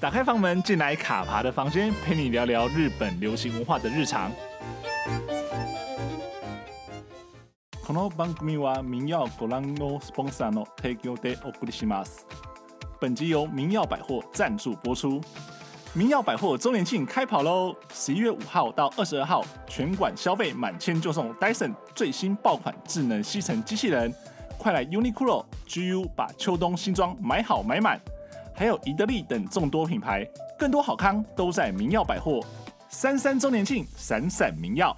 打开房门，进来卡爬的房间，陪你聊聊日本流行文化的日常。この番組は民謡ご覧のスポンサーの提供でお送りします。本集由民耀百货赞助播出。民耀百货周年庆开跑喽！十一月五号到二十二号，全馆消费满千就送 Dyson 最新爆款智能吸尘机器人，快来 Uniqlo、GU 把秋冬新装买好买满，还有宜得利等众多品牌，更多好康都在民耀百货。三三周年庆，闪闪民耀。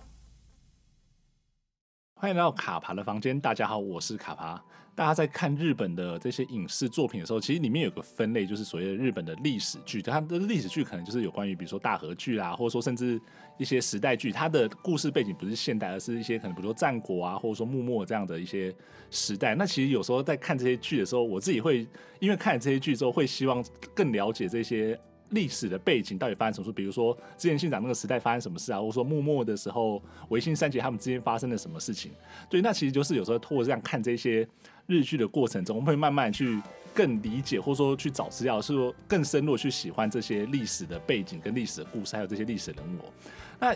欢迎来到卡爬的房间，大家好，我是卡爬。大家在看日本的这些影视作品的时候，其实里面有个分类，就是所谓的日本的历史剧。它的历史剧可能就是有关于比如说大和剧啦，或者说甚至一些时代剧，它的故事背景不是现代，而是一些可能比如说战国啊，或者说幕末这样的一些时代。那其实有时候在看这些剧的时候，我自己会因为看了这些剧之后，会希望更了解这些历史的背景到底发生什么事，比如说之前信长那个时代发生什么事啊，或者说幕末的时候维新三杰他们之间发生了什么事情。对，那其实就是有时候透过这样看这些日剧的过程中，我们会慢慢去更理解，或者说去找资料，是说更深入地去喜欢这些历史的背景、跟历史的故事，还有这些历史人物哦。那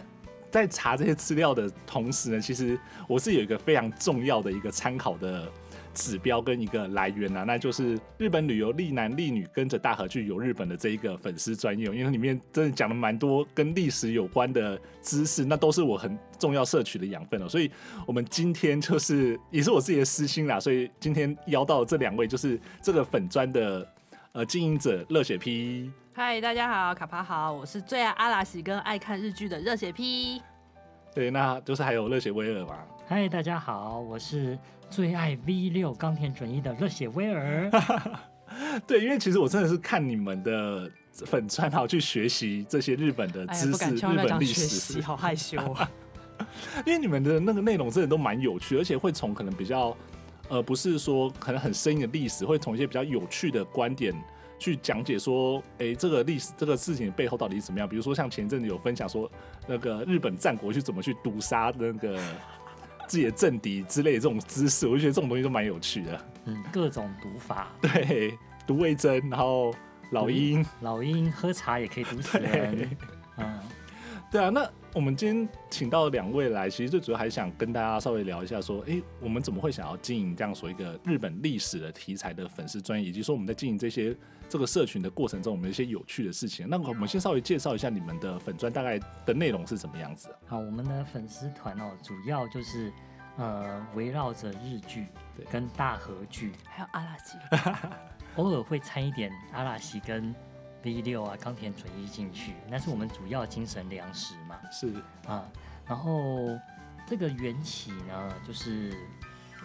在查这些资料的同时呢，其实我是有一个非常重要的一个参考的指标跟一个来源啊，那就是日本旅游历男历女跟着大河去游日本的这一个粉丝专业哦，因为它里面真的讲了蛮多跟历史有关的知识，那都是我很重要摄取的养分哦。所以我们今天就是也是我自己的私心啦，所以今天邀到这两位就是这个粉专的呃经营者热血 P 嗨，大家好，卡帕好，我是最爱阿拉西跟爱看日剧的热血 P。对，那就是还有热血威尔嘛。嗨，大家好，我是最爱 V 六钢铁准一的热血威尔。 对，因为其实我真的是看你们的粉川好去学习这些日本的哎呀，知不识、敢，日千万不要本讲历学史习，，好害羞啊！ 因为你们的那个内容真的都蛮有趣，而且会从可能比较呃不是说可能很深的历史，会从一些比较有趣的观点。去讲解说，哎、这个历史这个事情背后到底是怎么样？比如说像前阵子有分享说，那个日本战国去怎么去毒杀那个自己的政敌之类的这种知识，我就觉得这种东西都蛮有趣的。嗯，各种读法，对，毒味针，然后老鹰，老鹰喝茶也可 以毒死人。嗯，对啊，那我们今天请到两位来，其实最主要还是想跟大家稍微聊一下，说，诶，我们怎么会想要经营这样所谓一个日本历史的题材的粉丝专业，以及说我们在经营这些这个社群的过程中，我们有一些有趣的事情。那我们先稍微介绍一下你们的粉专大概的内容是怎么样子啊、好，我们的粉丝团哦，主要就是呃围绕着日剧对跟大和剧，还有阿拉西，偶尔会掺一点阿拉西跟 V 六啊钢铁准一进去，那是我们主要精神粮食嘛。是啊、然后这个缘起呢，就是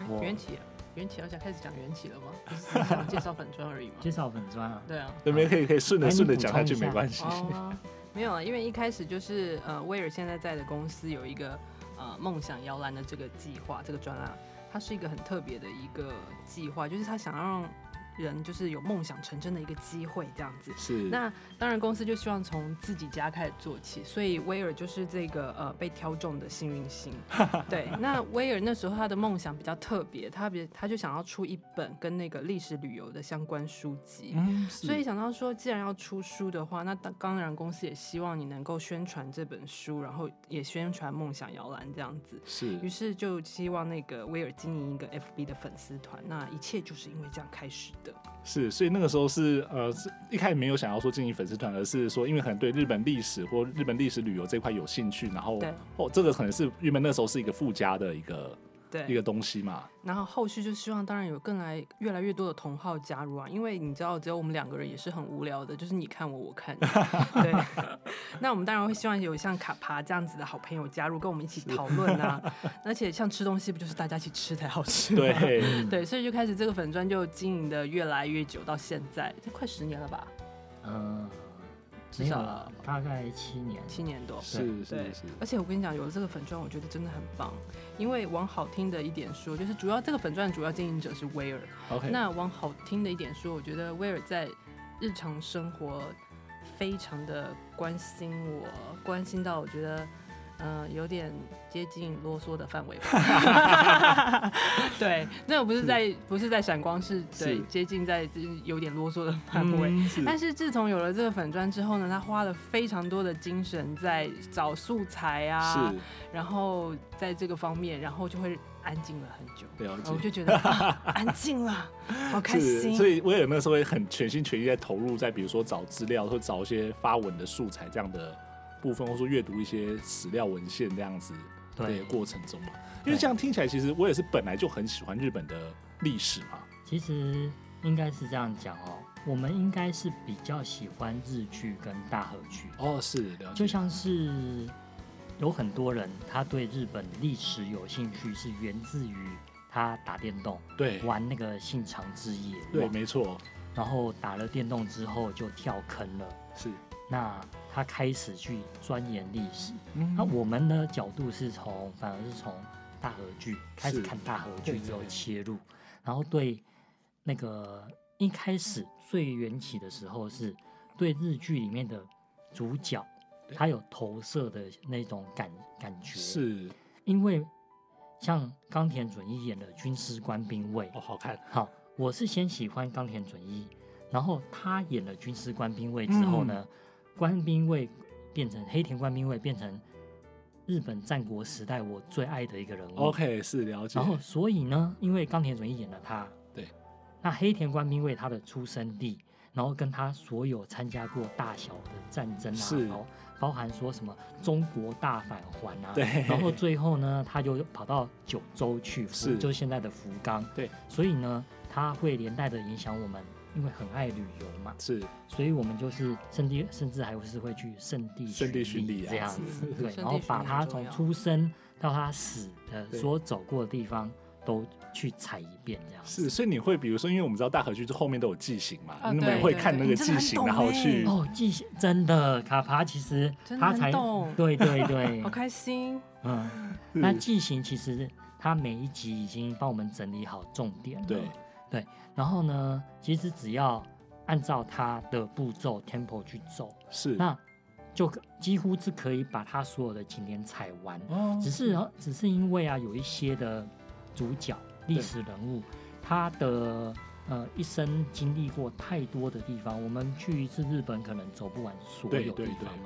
我缘起、啊，缘起，要想开始讲缘起了吗？不是想介绍粉砖而已 吗？介绍粉砖啊，对啊，那边可以可以顺着哎你顺着补讲下充去一没下关系。哦，没有啊，因为一开始就是呃，威尔现在在的公司有一个呃梦想摇篮的这个计划，这个专案，它是一个很特别的一个计划，就是他想让人就是有梦想成真的一个机会，这样子。是那当然，公司就希望从自己家开始做起，所以威尔就是这个呃被挑中的幸 运星。对，那威尔那时候他的梦想比较特别，他别他就想要出一本跟那个历史旅游的相关书籍。嗯，是所以想到说，既然要出书的话，那当当然公司也希望你能够宣传这本书，然后也宣传梦想摇篮这样子。是于是就希望那个威尔经营一个 FB 的粉丝团，那一切就是因为这样开始的。是，所以那个时候是呃，是一开始没有想要说经营粉丝团，而是说因为可能对日本历史或日本历史旅游这块有兴趣，然后对哦，这个可能是原本那时候是一个附加的一个对，一个东西嘛，然后后续就希望，当然有更来越来越多的同好加入啊，因为你知道，只有我们两个人也是很无聊的，就是你看我，我看你。对， 那我们当然会希望有像卡帕这样子的好朋友加入，跟我们一起讨论啊。 而且像吃东西，不就是大家一起吃才好吃吗？对， 对，所以就开始这个粉砖就经营的越来越久，到现在这快十年了吧，嗯，至没有少了，大概七年。七年多。是是对是，而且我跟你讲，有了这个粉砖，我觉得真的很棒，因为往好听的一点说，就是主要这个粉砖的主要经营者是威尔， ，OK，那往好听的一点说，我觉得威尔在日常生活非常的关心我，关心到我觉得嗯，有点接近啰嗦的范围吧。 对，那个不是在不是在闪光，是对是接近在就是有点啰嗦的范围。嗯是但是自从有了这个粉砖之后呢，他花了非常多的精神在找素材啊，是然后在这个方面，然后就会安静了很久。了然解后我就觉得、啊安静 了，好开是，心。所以威尔那时候会很全心全意在投入在，比如说找资料或找一些发文的素材这样的部分，或说阅读一些史料文献这样子对的过程中嘛。因为这样听起来，其实我也是本来就很喜欢日本的历史嘛。其实应该是这样讲哦，我们应该是比较喜欢日剧跟大和剧，哦，是了解，就像是有很多人他对日本历史有兴趣，是源自于他打电动对玩那个信长之野对，望，没错，然后打了电动之后就跳坑了。是。那他开始去钻研历史。嗯那我们的角度是从，反而是从大和剧开始是看大和对剧对之后对切入，然后对那个一开始最缘起的时候是对日剧里面的主角，对他有投射的那种感感觉，是因为像冈田准一演的军师官兵卫，哦，好看好，我是先喜欢冈田准一，然后他演了军师官兵卫之后嗯呢，官兵卫变成黑田官兵卫变成日本战国时代我最爱的一个人物。 ，OK，是了解哦然，后所以呢，因为冈田准一演了他，对，那黑田官兵卫他的出生地。然后跟他所有参加过大小的战争啊，是然后包含说什么中国大返还啊，对 然后最后呢，他就跑到九州去，福是就是现在的福冈，对，所以呢，它会连带的影响我们，因为很爱旅游嘛，是 所以我们就是圣地，甚至还是会去圣地圣地巡礼礼啊这样子是，对，圣地然后把巡礼他很重从要出生到他死的对所有走过的地方都去踩一遍这样子。是，所以你会比如说，因为我们知道大河剧后面都有记型嘛，啊你们对会对看那对个你真记的很型，懂然后欸去哦，记性真的卡帕其实真的他很才懂对对对 好，开心，哦嗯， 那记型其实他每一集已经帮我们整理好重点了，对然后呢，其实只要按照它的步骤 tempo 去走，是那就可几乎是可以把它所有的景点踩完。哦只是哦只是因为啊，有一些的主角历史人物，他的呃一生经历过太多的地方，我们去一次日本可能走不完所对有对地对方嘛，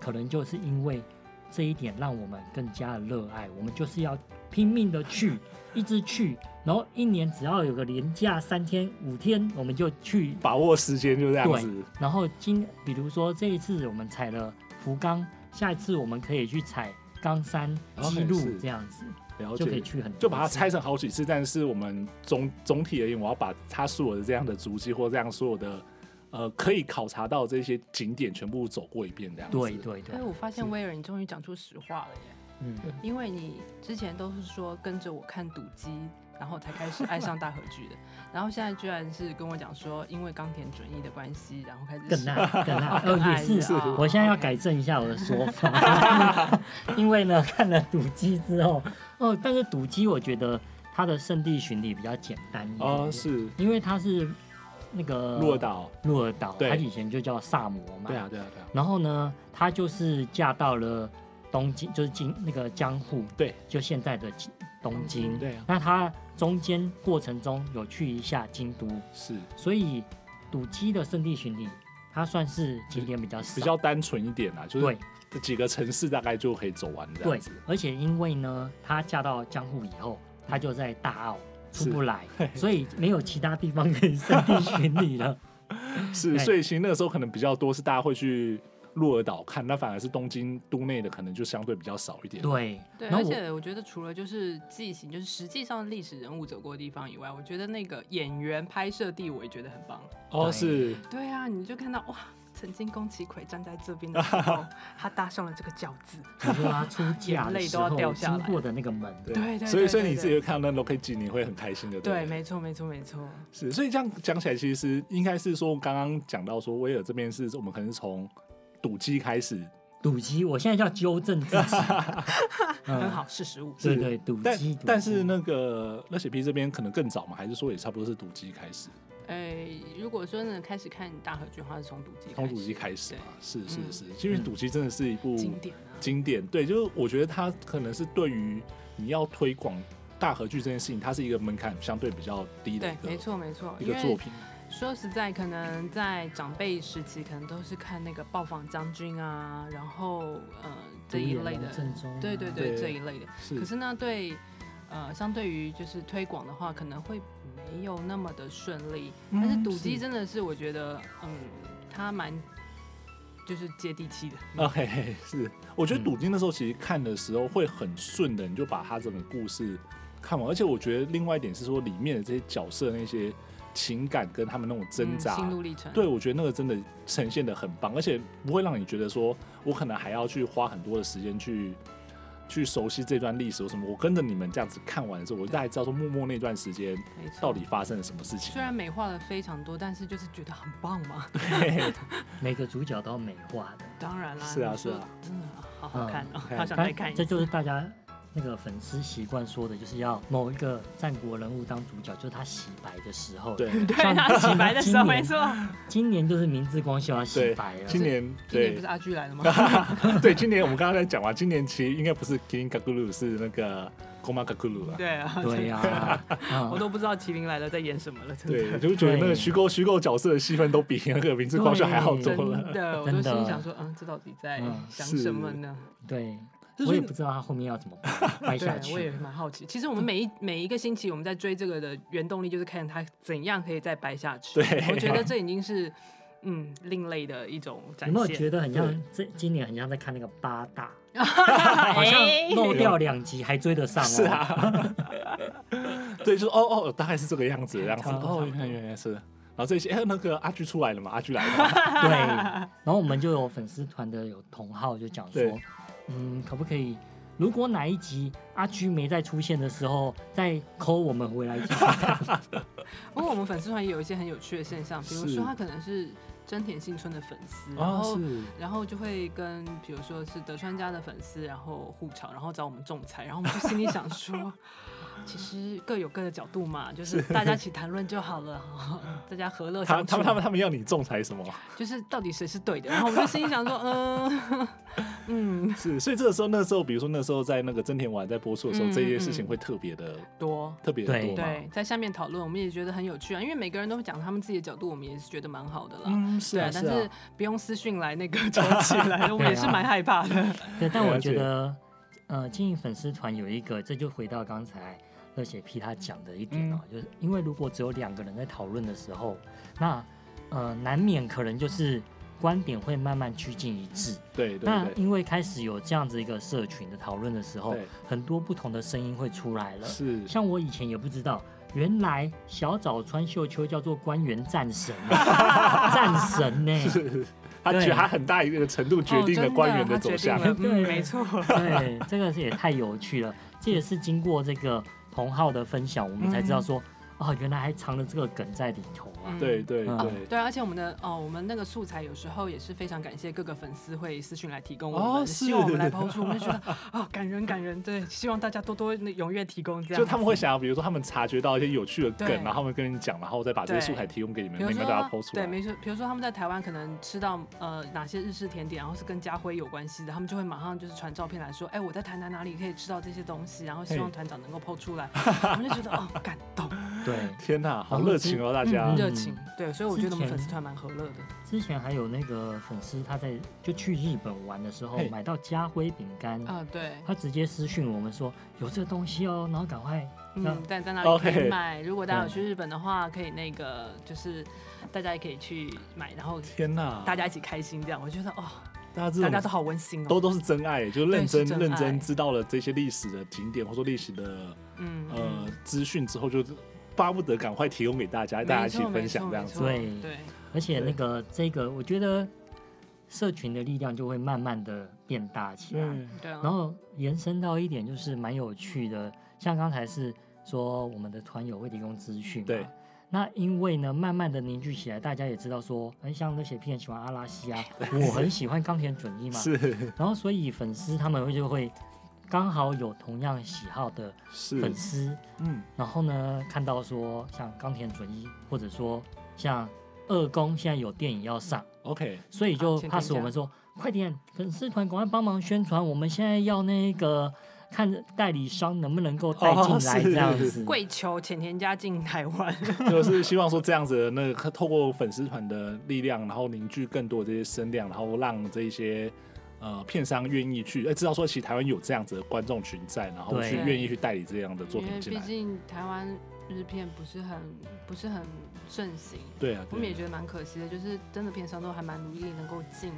可能就是因为这一点让我们更加的热爱，我们就是要拼命的去，一直去，然后一年只要有个连假三天五天，我们就去把握时间就这样对子，然后今比如说这一次我们踩了福冈，下一次我们可以去踩冈山、 OK，基路哦是这样子，了就可以解。去很多就把它次拆成好几次，但是我们总总体而言，我要把它所有的这样的足迹或这样所有的呃可以考察到这些景点全部走过一遍这样子。对对对啊哎，，我发现是威尔，你终于讲出实话了耶。嗯，因为你之前都是说跟着我看赌鸡，然后才开始爱上大和 剧的，然后现在居然是跟我讲说，因为冈田准一的关系，然后开始更喜爱 更爱，更呃爱也是是啊，我现在要 OK 改正一下我的说 法，因为呢看了赌鸡之后，哦，但是赌鸡我觉得它的圣地巡礼比较简单一点哦点，是因为它是那个鹿儿岛，鹿儿岛，对它以前就叫萨摩嘛，对啊对啊对啊，然后呢，她就是嫁到了东京，就是京那个江户，对，就现在的京东京。对啊那她中间过程中有去一下京都，是所以赌鸡的圣地巡礼，它算是景点比较少，比较单纯一点啊，就是对这几个城市大概就可以走完这对样子。，而且因为呢，她嫁到江户以后，她就在大澳出是不来，所以没有其他地方可以圣地巡礼了。是，对所以其实那个时候可能比较多是大家会去鹿儿岛看，那反而是东京都内的可能就相对比较少一点。对，对，然后而我且我觉得除了就是记型，就是实际上历史人物走过的地方以外，我觉得那个演员拍摄地我也觉得很棒。哦对是对啊，你就看到哇，曾经宫崎葵站在这边的 时候，他搭上了这个饺子，比如说她出嫁眼的泪时都要候掉下经来过的那个门，对对对所以对所以对你对自己看到那 locaji 你会很开心的，对，不没错，没错，没错，是，所以这样讲起来，其实应该是说刚刚讲到说威尔这边是我们可能是从赌鸡开始，赌鸡，我现在叫纠正自己，嗯很好，是食物。对对，赌但鸡，赌但鸡是那个热血皮这边可能更早嘛，还是说也差不多是赌鸡开始？呃，如果说呢，开始看大合剧的话，是从《赌鸡》从赌机开始嘛，哦是是嗯是，因为赌机真的是一部对经典啊，经典，对，就是我觉得它可能是对于你要推广大合剧这件事情，它是一个门槛相对比较低的对一，没个错没错，一因个作为品，说实在，可能在长辈时期，可能都是看那个《暴坊将军》啊，然后呃这一类的，正宗啊，对对对对这一类的。是可是呢，对呃相对于就是推广的话，可能会没有那么的顺利。嗯但是赌鸡哦是真的是，我觉得嗯，它蛮就是接地气的。呃嗯 OK，是， 我觉得嗯赌金的时候，其实看的时候会很顺的，你就把它整个故事看完。而且我觉得另外一点是说，里面的这些角色那些情感跟他们那种挣嗯扎，啊心路历程。对我觉得那个真的呈现的很棒，而且不会让你觉得说我可能还要去花很多的时间去去熟悉这段历史或什么。我跟着你们这样子看完的时候，我就大概知道说默默那段时间没错到底发生了什么事情虽。然美化了非常多，但是就是觉得很棒嘛。啊每个主角都要美化的。当然啦，是啊你说是啊，真的好好看哦，嗯好想再反正看一哎这次。就是大家那个粉丝习惯说的，就是要某一个战国人物当主角，就是他洗白的时候。 对，对，他洗白的时候今没年错。今年就是明治光秀要洗对白了。今年今对年不是阿居 来了吗？对，今年我们刚刚在讲嘛，今年其实应该不是 King Kakulu，是那个 Koma Kakulu 啊。对啊， 对呀、 啊，我都不知道麒麟来了在演什么了，真的。对，我就觉得那个虚构虚构角色的戏份都比那个名字光秀还好多了。真的，我真都的心想说，嗯，这到底在嗯想是什么呢？对，就是我也不知道他后面要怎么 掰对掰下，我也去。蛮好奇。其实我们每一每一个星期，我们在追这个的原动力，就是看它怎样可以再掰下去。对我觉得这已经是嗯另类的一种展有没有现。觉得很像对这今年很像在看那个八大，哎好像漏掉两集还追得上哦。哎是啊， 对，就是哦哦，大概是这个样子，样子差不多哦，原来原来是。然后这些，哎，那个阿居出来了嘛？阿居来 了嘛，对，然后我们就有粉丝团的有同号就讲说对，嗯，可不可以？如果哪一集阿居没再出现的时候，再扣我们 回来讲。不过我们粉丝团也有一些很有趣的现象，比如是说他可能是真田幸村的粉丝，然哦，后是，然后就会跟，比如说是德川家的粉丝，然后互吵，然后找我们仲裁，然后我们就心里想说， 其实各有各的角度嘛，就是大家一起谈论就好了， 大家和乐他相他处们。他们他们要你仲裁什么？就是到底谁是对的？然后我们就心里 想说，嗯嗯，是，所以这个时候，那时候，比如说那时候在那个真田丸在播出的时候，嗯这些事情会特别的多。特别的多嘛？对，在下面讨论，我们也觉得很有趣啊，因为每个人都会讲他们自己的角度，我们也是觉得蛮好的啦。嗯，是对啊，但啊是，不用私讯来那个 吵起 来，我们也是蛮害怕的。啊对，但我了解觉得，呃，经营粉丝团有一个，这就回到刚才热血 P 他讲的一点嗯哦，就是因为如果只有两个人在讨论的时候，那呃，难免可能就是观点会慢慢趋近一致。对对那对，因为开始有这样子一个社群的讨论的时候对，很多不同的声音会出来了。是，像我以前也不知道，原来小早川秀秋叫做官员战神啊、战神呢、是， 他对觉得他很大一个程度决哦定了真官员的的他走决定向。 了嗯，对没错。对，这个是也太有趣了。这也是经过这个同号的分享，我们才知道说，哦，原来还藏了这个梗在里头啊。嗯对对嗯对，对，而且我们的哦，我们那个素材有时候也是非常感谢各个粉丝会私讯来提供我们，哦希望我们是来抛出，我们就觉得啊，感人感人，对，希望大家多多那踊跃提供这样。就他们会想要，比如说他们察觉到一些有趣的梗，对然后他们跟你讲，然后再把这些素材提供给你们，比你如们说都要抛出对，来。没错，比如说他们在台湾可能吃到呃哪些日式甜点，然后是跟家辉有关系的，他们就会马上就是传照片来说，哎，我在台南哪里可以吃到这些东西，然后希望嘿团长能够抛 出来，我们就觉得哦感动，对，天呐，好热情哦，大家嗯！热情，对，所以我觉得我们之前粉丝团蛮和乐的，之前还有那个粉丝他在就去日本玩的时候嘿买到家辉饼干，啊，对。他直接私讯我们说有这个东西哦，然后赶快那嗯，但在那里可 OK 以买。如果大家有嗯去日本的话，可以那个就是大家也可以去买，然后天呐，大家一起开心这样。我觉得哦，大家这大种家都好温馨都哦。都是真爱，就认真对是真爱认真知道了这些历史的景点或者说历史的嗯，呃资讯之后，就巴不得赶快提供给大家，大家一起分享这样子。没错对对对，而且那个这个，我觉得社群的力量就会慢慢的变大起来。嗯，对啊然。后延伸到一点就是蛮有趣的，像刚才是说我们的团友会提供资讯嘛，对。那因为呢，慢慢的凝聚起来，大家也知道说，哎，像那些片喜欢阿拉西 啊，我很喜欢冈田准一嘛，是然后所以粉丝他们会就会刚好有同样喜好的是粉，丝，嗯，然后呢，看到说像冈田准一，或者说像二宫现在有电影要上， OK，所以好就请 pass 等一我下们说，快点，粉丝团赶快帮忙宣传，我们现在要那个看代理商能不能够带哦进来是这样是子。跪求浅田家进台湾，就是希望说这样子的那个透过粉丝团的力量，然后凝聚更多的这些声量，然后让这一些呃片商愿意去，哎、知道说其实台湾有这样子的观众群在，然后对去愿意去代理这样的作因品为进毕来。竟台湾日片不是很不是很盛行，对啊，我们也觉得得蛮可惜的，就是真的片商都还蛮努力能够进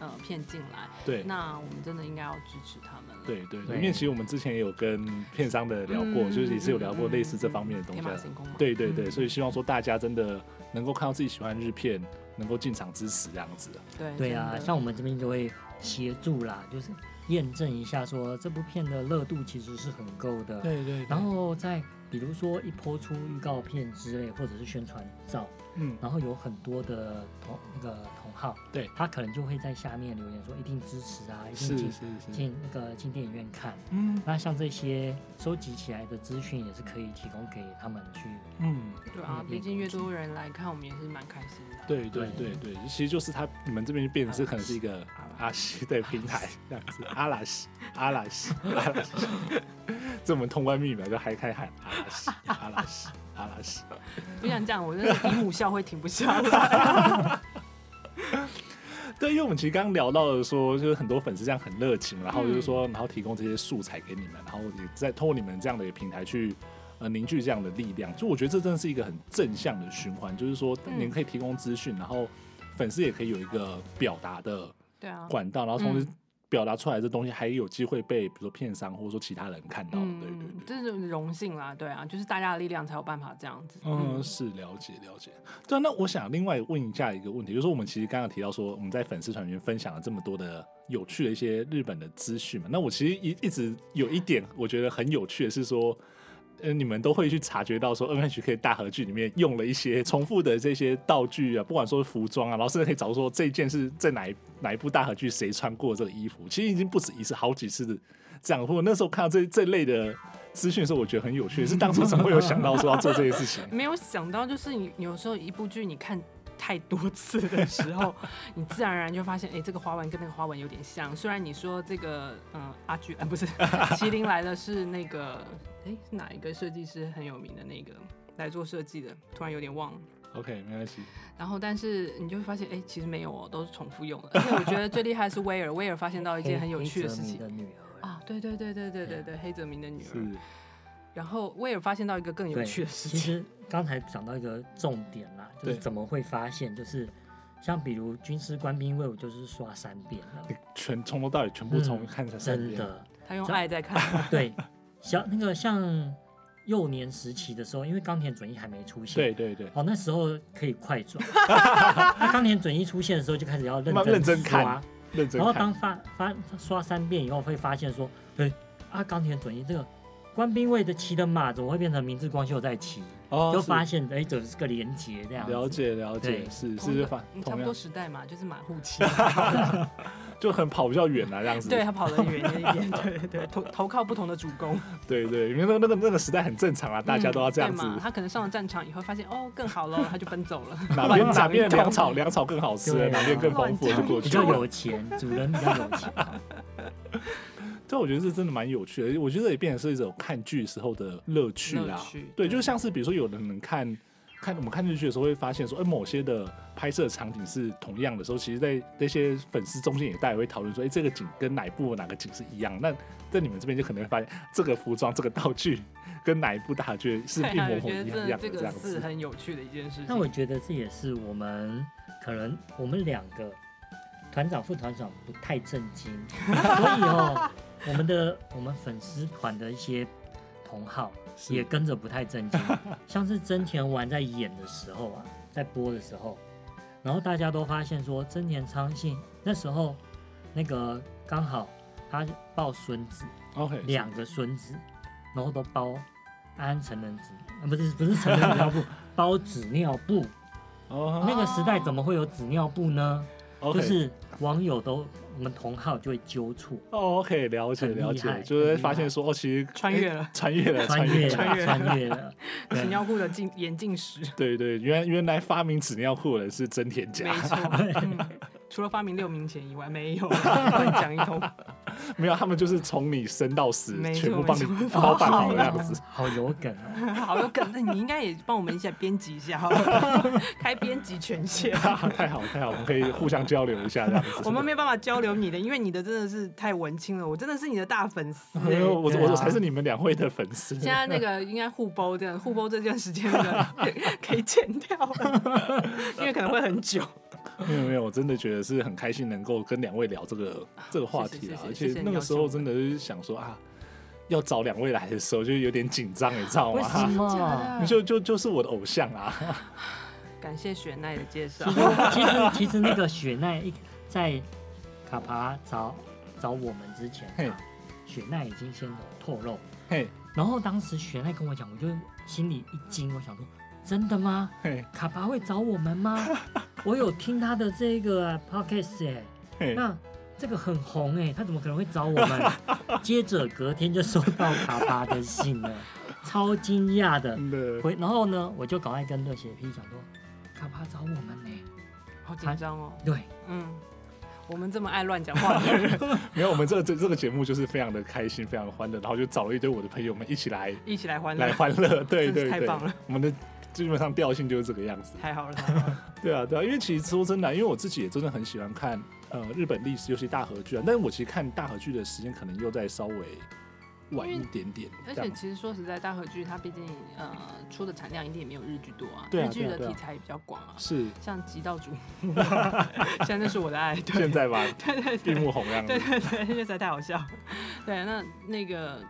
呃片进来，对。那我们真的应该要支持他们了。对对对，对因为其实我们之前也有跟片商的聊过，嗯就是也是有聊过类似这方面的东天西马啊。行空嘛，对对对，嗯所以希望说大家真的能够看到自己喜欢的日片，能够进场支持这样子啊。对对啊，真的像我们这边就会协助啦，就是验证一下说这部片的热度其实是很够的。对对然后再比如说一播出预告片之类，或者是宣传照，嗯，然后有很多的同那个同号，对他可能就会在下面留言说一定支持啊，一是定是进是，进那个进电影院看。嗯那像这些收集起来的资讯也是可以提供给他们去。嗯。对啊，毕竟越多人来看，我们也是蛮开心的。对对对对对，其实就是他你们这边变成是可能是一个阿阿西对平台这样子，阿拉西阿拉西阿拉西，这我们通关密码就还开喊阿拉西阿拉西阿拉西。不想讲，我真的姨母笑会停不 下来。对，因为我们其实刚刚聊到的说，就是很多粉丝这样很热情，然后就是说，然后提供这些素材给你们，然后也在通过你们这样的一个平台去。呃，凝聚这样的力量，就我觉得这真的是一个很正向的循环，就是说，嗯你们可以提供资讯，然后粉丝也可以有一个表达的对啊，管道，然后同时表达出来的东西还有机会被比如说片商或者说其他人看到，对对嗯对。这是荣幸啦，对啊，就是大家的力量才有办法这样子。嗯，是了解了解。对啊、那我想另外问一下一个问题，就是我们其实刚刚提到说我们在粉丝团里面分享了这么多的有趣的一些日本的资讯嘛，那我其实一一直有一点我觉得很有趣的是说。呃，你们都会去察觉到说 NHK 大合剧里面用了一些重复的这些道具啊，不管说是服装啊，然后甚至可以找出说这件是在哪一哪一部大合剧谁穿过这个衣服，其实已经不止一次，好几次的这样。或者那时候看到这这类的资讯的时候，我觉得很有趣，是当初怎么会有想到说要做这些事情？没有想到，就是你有时候一部剧你看太多次的时 候，你自然而然就发现，哎、这个花纹跟那个花纹有点像。虽然你说这个，嗯，阿菊，啊，不 是麒麟来了是那个，哎、是哪一个设计师很有名的那个来做设计的？突然有点忘了。 OK，没关系。然后，但是你就会发现，哎、其实没有哦，都是重复用 的。而且我觉得最厉害的是威尔，威尔发现到一件很有趣的事黑情泽明的女儿啊，对对对对对对对，黑泽明的女是儿。然后威尔发现到一个更有对，趣的事 其情，实刚才讲到一个重点啦，就是对怎么会发现，就是像比如军师官兵卫，我就是刷三遍了，你全从头到尾全部重看才三嗯真遍。的。他用这爱在看。对，小那个像幼年时期的时候，因为冈田准一还没出现，对对对，哦，那时候可以快 转。那冈田准一出现的时候，就开始要认慢真认真看刷认真然后看。当发发刷三遍以后，会发现说，对啊，冈田准一这个官兵卫的骑的马怎么会变成明治光秀在骑？哦就是发现哎，这是个连结这样子。了解了解，对是同一是个反嗯差同不多样时代嘛，就是马户骑，就很跑比较远啊，这样子。 对他跑得远一点，对对对，投投靠不同的主公，对对，因为那那个那个时代很正常啊， 大家都要这样嗯子对。嘛他可能上了战场以后发现哦更好了，他就奔走了， 哪乱 边哪讲一边的通粮草粮草更好吃了，对啊哪边更丰富就乱讲过比去较了。有钱，主人比较有钱。对，我觉得这真的蛮有趣的，我觉得也变成是一种看剧时候的乐趣啦乐趣。对，就像是比如说有的人看看我们看日剧的时候，会发现说，哎、某些的拍摄场景是同样的时候，其实在那些粉丝中间也大家会讨论说，哎、这个景跟哪一部哪个景是一样。那在你们这边就可能会发现，这个服装、这个道具 跟哪一部大剧是一模啊我模觉得一真样的样这的这个样是子。很有趣的一件事那我情。觉得这也是我们可能我们两个团长副团长不太正 经，所以哦，我们的我们粉丝团的一些同号是也跟着不 太正经，像是真田丸在演的时候啊，在播的时候，然后大家都发现说真田昌幸那时候那个刚好他抱孙子， OK，是两个孙子，然后都包安成人纸，啊、不是不是成人纸 尿布，包纸尿布。哦那个时代怎么会有纸尿布呢？ ，OK，哦就是网友都我们同号就会揪出哦，OK，了解很厉害了解，就是很会厉发现害说哦，其实穿越了诶穿越了，穿穿越越了，穿了，越穿越了，纸对尿裤的进眼镜史，对对，原来原来发明纸尿裤的人是真田没家， 错。嗯除了发明六明钱以外，没有 乱讲一通。 没有，他们就是从你生到死没，错全部帮你没错包办 好这样子。 好有梗哦。好有梗，那你应该也帮我们一下编辑一下好 了，开编辑权限。太好太好，我们可以互相交流一下这样子。 我们没有办法交流你的，因为你的真的是太文青了，我真的是你的大粉丝、没有，我对啊我我才是你们两位的粉丝。现在那个应该互包这样，互包这段时间 的可以剪掉，因为可能会很久。没有没有，我真的觉得是很开心能够跟两位聊这个这个话题啊，谢谢谢谢而谢谢且你那个邀时请候我真的是想说啊，要找两位来的时候就有点紧张，你知道为什吗？么？啊就就就是我的偶像啊，感谢雪奈的介绍，其实其实那个雪奈一在卡帕找找我们之前嘿啊，雪奈已经先有透露，嘿然后当时雪奈跟我讲，我就心里一惊，我想说，真的吗？嘿卡巴会找我们吗？ 我有听他的这个啊 podcast 哎、嘿，那这个很红哎、他怎么可能会找我 们？接着隔天就收到卡巴的信 了，超惊讶的。真的回然后呢，我就赶快跟热血 P 讲说，卡巴找我们呢、好紧张哦。对，嗯，我们这么爱乱讲话的人，没有，我们这个这这个节目就是非常的开心，非常的欢乐，然后就找了一堆我的朋友们一起来一起来欢乐来，欢 乐，对真是对太对棒了，我们的基本上调性就是这个样子。太好了，太 好了。对啊，对啊，因为其实说真的啊，因为我自己也真的很喜欢看呃日本历史，尤其大和剧啊。但是我其实看大和剧的时间可能又在稍微晚一点点，而这且样其实说实在，大和剧它毕竟呃出的产量一定也没有日剧多啊，对啊日剧对啊的对啊题材也比较广 啊，是像《极道主夫 现在那是我的爱， 对现在吧，玉木宏这样子 对，对对，因为实在太好笑了。》，对，那那个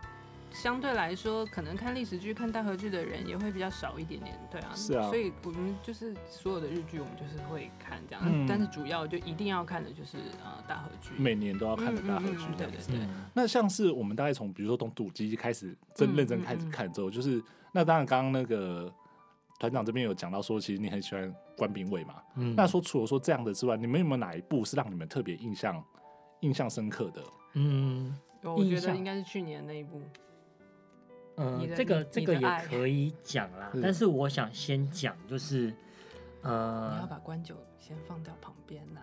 相对来说，可能看历史剧、看大和剧的人也会比较少一点点，对啊，是啊所以我们就是所有的日剧我们就是会看这样，嗯但是主要就一定要看的就是呃大和剧，每年都要看的大和剧嗯嗯嗯这对样对子。对。那像是我们大概从比如说从赌鸡开始，真嗯认真嗯开始嗯看之后，就是那当然刚刚那个团长这边有讲到说，其实你很喜欢官兵卫嘛。嗯那说除了说这样的之外，你们有没有哪一部是让你们特别印象印象深刻的？嗯有我觉印象得应该是去年那一部，呃你，的这个你这个你的也爱可以讲啦，是但是我想先讲就是你要呃，把关九先放掉旁边啦。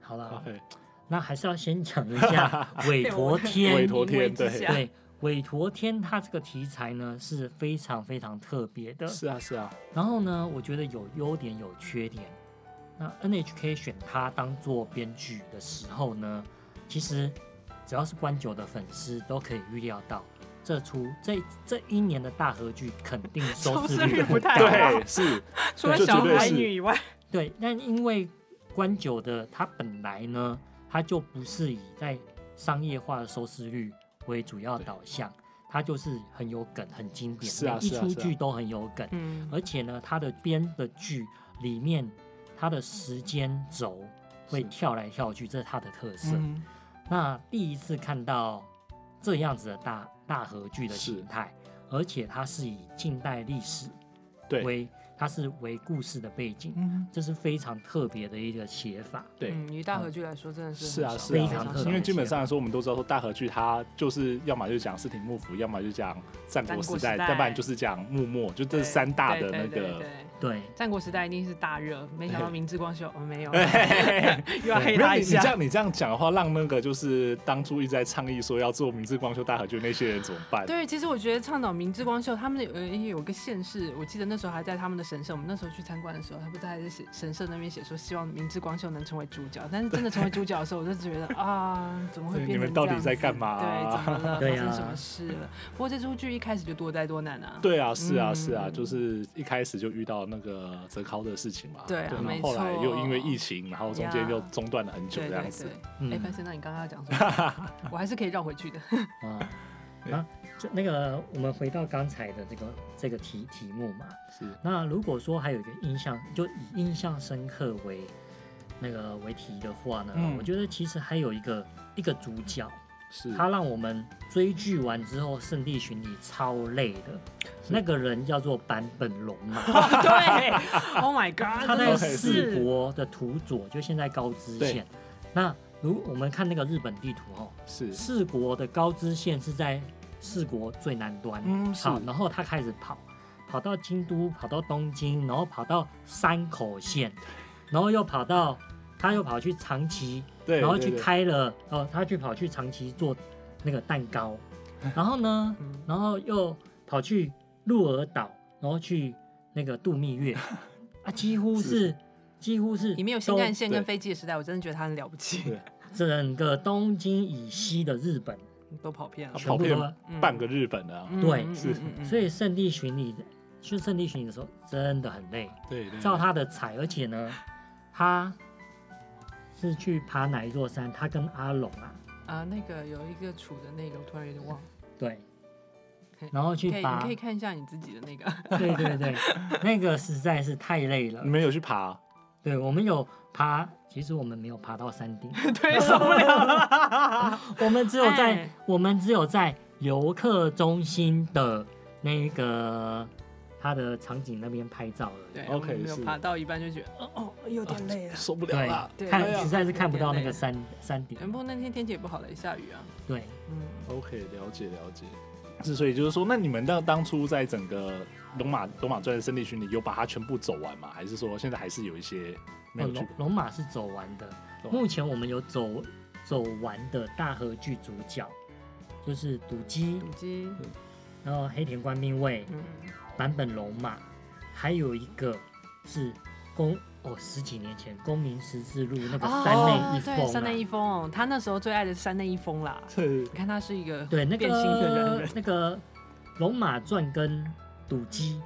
好了， OK，那还是要先讲一 下委陀天，委陀天因为之对下对，委陀天它这个题材呢是非常非常特别的。是啊是啊，然后呢，我觉得有优点有缺点。那 NHK 选他当做编剧的时候呢，其实只要是关九的粉丝都可以预料到，这出这这一年的大合剧肯定收视率不很太高。好对，是除了这绝小对孩是女以外，对，但因为关九的它本来呢，它就不是以在商业化的收视率为主要导向，它就是很有梗、很经典，是啊每一是啊出是啊剧都很有梗。嗯，而且呢，它的编的剧里面，它的时间轴会是跳来跳去，这是它的特色。嗯，那第一次看到这样子的大大合剧的是形态，而且它是以近代历史对为，它是为故事的背景，嗯这是非常特别的一个写法。对。嗯，以大和剧来说，真的是是啊，很少是啊非常特别因为基本上来说，我们都知道说大和剧它就是要么就讲四庭幕府，要么就讲战国时代，战国时代要不然就是讲幕末，就这三大的那对对对个。对对，战国时代一定是大热，没想到对明治光秀，哦 没有， 嘿又要没黑有他你一你这下。样你这样讲的话，让那个就是当初一直在倡议说要做明治光秀大和剧那些人怎么办？对，其实我觉得倡导明治光秀，他们有呃有一个县市，我记得那时候还在他们的神社，我们那时候去参观的时候，他不是还在写神社那边写说希望明治光秀能成为主角，但是真的成为主角的时候，我就觉得 啊，怎么会对变成你们到底这样在子干嘛啊对，怎么了？对发啊生什么事了？不过这出剧一开始就多灾多难啊。对啊，是啊，嗯是啊，就是一开始就遇到那个泽考的事情嘛，对啊然后没后来错又因为疫情，然后中间呀又中断了很久对这样对子对。，嗯哎，但是那你刚刚要讲什 么？我还是可以绕回去的。啊，那这那个我们回到刚才的这个这个题题目嘛，是那如果说还有一个印象，就以印象深刻为那个为题的话呢，嗯我觉得其实还有一个一个主角，是，他让我们追剧完之后圣地巡礼超累的，那个人叫做坂本龙 马，对，Oh my God，他真在的世是博的土佐，就现在高知对县，那如我们看那个日本地图哦，是四国的高知县是在四国最南端，嗯是好，然后他开始跑，跑到京都，跑到东京，然后跑到山口县，然后又跑到他又跑去长崎，对，然后对去对开了，哦，他去跑去长崎做那个蛋 糕，然后呢，嗯然后又跑去鹿儿岛，然后去那个度蜜 月，啊，几乎是是几乎是里面有新干东线对跟飞机的时代，我真的觉得他很了不起，对整个东京以西的日本 都跑遍了他。全啊跑部遍都。半个日本的啊，嗯对嗯嗯是嗯嗯所以圣地巡礼，去圣地巡礼的时候真的很累，对嗯对，照他的踩，而且呢，他是去爬哪一座山？他跟阿龙啊，啊，那个有一个楚的那个，我突然有点忘了，对嗯可以，然后可以去你爬 可以，看一下你自己的那个，对对对，那个实在是太累了嗯你。们有去爬啊？对，我们有爬，其实我们没有爬到山顶， 对，受不了了。我们只有在、哎我们只有在游客中心的那个它的场景那边拍照而已。对 OK，我们没有是爬到一半就觉得，哦哦，有点 累了。受不了啊啦！对，啊对看哎呀实在是看不到那个有点累山山顶。全部那天天嗯气也不好嘞，下雨啊。对，嗯， OK，了解了解。是，所以就是说，那你们当当初在整个龙马龙马传的圣地巡礼，有把它全部走完吗？还是说现在还是有一些没有哦去龙？龙马是走完的。走完目前我们有走走完的大和剧主角，就是赌鸡，母鸡，然后黑田官兵卫、嗯，坂本龙马，还有一个是公哦十几年前公民十字路那个山内一哦对，山风、啊内一风哦，他那时候最爱的是山内一风啦。是你看他是一个对那变性的人个那个龙马传跟赌鸡，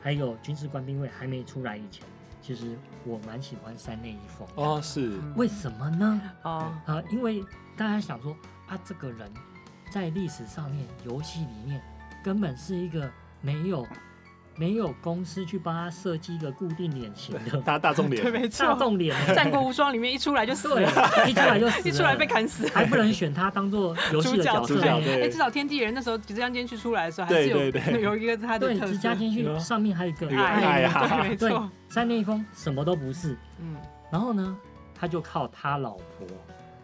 还有军事官兵卫还没出来以前，其实我蛮喜欢山内一风。 哦，是为什么呢？哦，啊，因为大家想说啊，这个人在历史上面、游戏里面根本是一个没有没有公司去帮他设计一个固定脸型的大大众对，脸，没大错，众脸， 《 战国无双》里面一出来就死了，对，一出来就死 一出来被了砍死。还不能选他当做游戏主的角角主色。角哎、对至少天地人那时候直江间去出来的时候，还对是有对对 有一个他的对，特直色加。进有去上面还有一个有爱啊爱人啊对， 没对错，，山内丰什么都不是。嗯，然后呢，他就靠他老婆，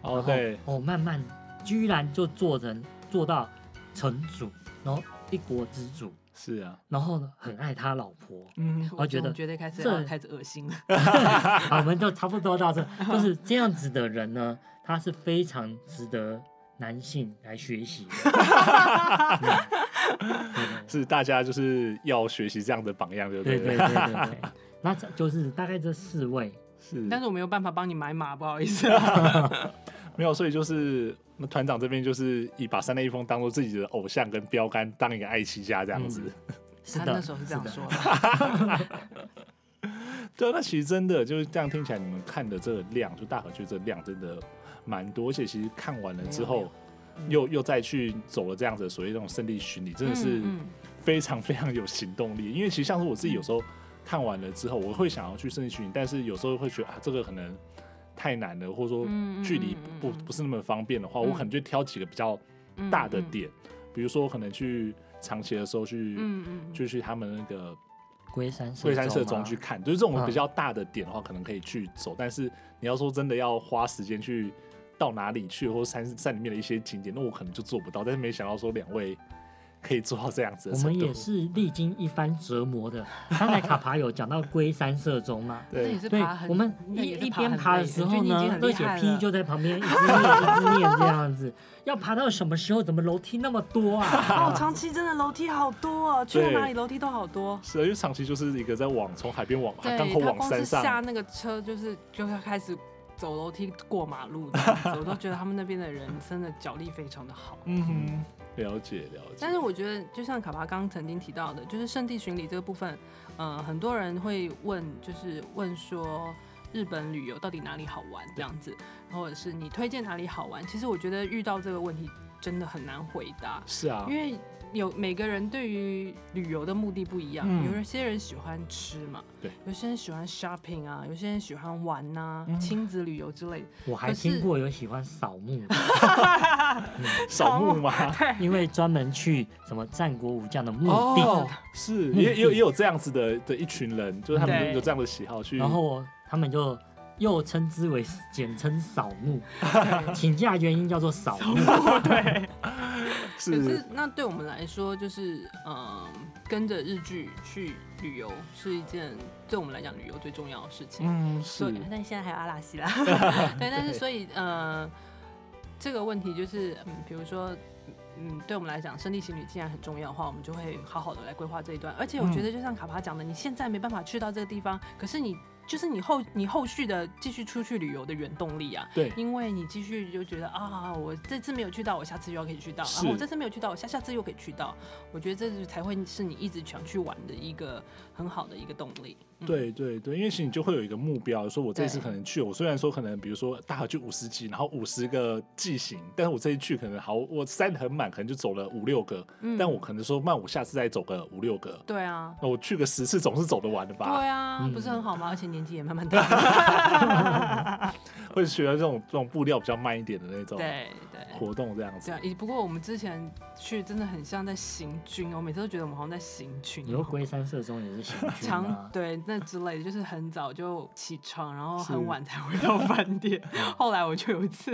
哦 然后对，哦，慢慢居然就做人做到城主，然后一国之主。是啊，。然后呢，很爱他老婆 嗯，我觉得觉得开始这啊开始恶心了。好，我们就差不多到这，就是这样子的人呢，他是非常值得男性来学习的。是大家就是要学习这样的榜样，对不对对对对？对对，那这就是大概这四位， 是，但是我没有办法帮你买马，不好意思。没有，所以就是那团长这边就是以把山内一风当做自己的偶像跟标杆，当一个爱妻家这样嗯子。是他的，那时候是这样的说的。对啊，那其实真的就是这样听起来，你们看的这个量，就大河剧这个量真的蛮多，而且其实看完了之后，嗯又又再去走了这样子的所谓那种圣地巡礼，真的是嗯非常非常有行动力。因为其实像是我自己有时候看完了之后，我会想要去圣地巡礼，但是有时候会觉得啊，这个可能太难了，或者说嗯嗯距离嗯不嗯不是那么方便的话，我可能就挑几个比较嗯大的点，比如说我可能去长期的时候去，嗯嗯，就去他们那个龟山社龟山社中中啊去看，就是这嗯种比较大的点的话，可能可以去走。但是你要说真的要花时间去到哪里去，或山山里面的一些景点，那我可能就做不到。但是没想到说两位可以做到这样子的我程度，们也是历经一番折磨的。刚才卡帕有讲到龟山社中啊嘛，那也对是对爬，很，我们那一也是一爬边很爬累的时就候你已经很呢，二厉姐害 P 了就啊在旁边一直念一直念这样子，要爬到什么时候？怎么楼梯那么多啊？哦，长期真的楼梯好多哦，去到对哪里楼梯都好多。是啊，因为长期就是一个在往从海边往对，港口他往光是山上，下那个车就是就是开始走楼梯过马路这样子，我都觉得他们那边的人真的脚力非常的好。嗯哼，了解了解。但是我觉得，就像卡巴刚刚曾经提到的，就是圣地巡礼这个部分，呃，很多人会问，就是问说日本旅游到底哪里好玩这样子，或者是你推荐哪里好玩？其实我觉得遇到这个问题真的很难回答，是啊，因为有每个人对于旅游的目的不一样，嗯有一些人喜欢吃嘛，对，有些人喜欢 shopping 啊，有些人喜欢玩呐、嗯亲子旅游之类的。我还可是听过有喜欢扫墓的，扫墓嘛，因为专门去什么战国武将的墓哦地，， 是地嗯也也有也有这样子的的一群人，就是他们对有这样的喜好去，嗯然后他们就又称之为简称扫 墓，请假原因叫做扫墓。可是是那对我们来说，就是嗯，跟着日剧去旅游是一件对我们来讲旅游最重要的事情。嗯所是以，但现在还有阿拉西啦。 对，但是所以呃，这个问题就是，嗯，比如说，嗯，对我们来讲，生理行旅既然很重要的话，我们就会好好的来规划这一段。而且我嗯觉得，就像卡帕讲的，你现在没办法去到这个地方，可是你就是你后你后续的继续出去旅游的原动力啊。对因为你继续就觉得啊，我这次没有去到，我下次又要可以去到，然是后我这次没有去到，我下下次又可以去到。我觉得这是才会是你一直想去玩的一个很好的一个动力。嗯，对对对，因为其实你就会有一个目标，说我这次对可能去，我虽然说可能比如说大河去五十集，然后五十个季行，但是我这一去可能好，我塞得很满，可能就走了五六个，嗯但我可能说慢，我下次再走个五六个，对啊。那我去个十次总是走得完的吧？对啊，嗯不是 很好吗？而且年纪也慢慢大。会学到这种这种步调比较慢一点的那种对对活动这样子对啊，。也不过我们之前去真的很像在行军哦，我每次都觉得我们好像在行军 你说哦。龟山社中也是行军常啊，对那之类的，就是很早就起床，然后是很晚才回到饭店。 嗯后来我就有一次，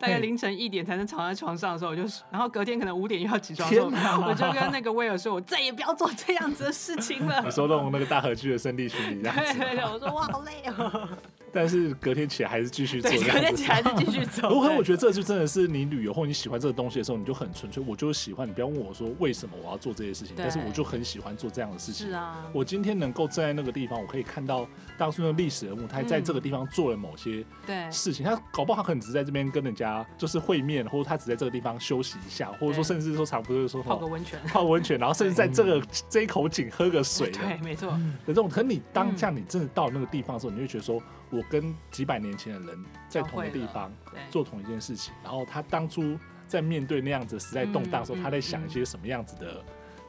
大概凌晨一点才能躺在床上的时候，我就，然后隔天可能五点又要起床的时候，我就 跟那个威尔说，我再也不要做这样子的事情了你。说那种那个大河剧的圣地巡礼这样对子，对对，我说哇好累 哦，但是隔天起来还是继续做对，这隔样天子起。来就继 续走。不过对我觉得这就真的是你旅游或你喜欢这个东西的时候，你就很纯粹，我就喜欢。你不要问我说为什么我要做这些事情，对但是我就很喜欢做这样的事情。是啊，我今天能够站在那个地方，我可以看到当初的历史人物，他在这个地方做了某些对事情。他搞不好可能只是在这边跟人家就是会面，或者他只在这个地方休息一下，或者说对甚至说常不是说什泡个么温泉。泡温泉，然后甚至在这 个这一口井喝个水的对，没错，的这种。可嗯你当下你真的到那个地方的时候，你会觉得说，我跟几百年前的人在同一个地方。哦对，做同一件事情，然后他当初在面对那样子时代动荡的时候，嗯嗯他在想一些什么样子的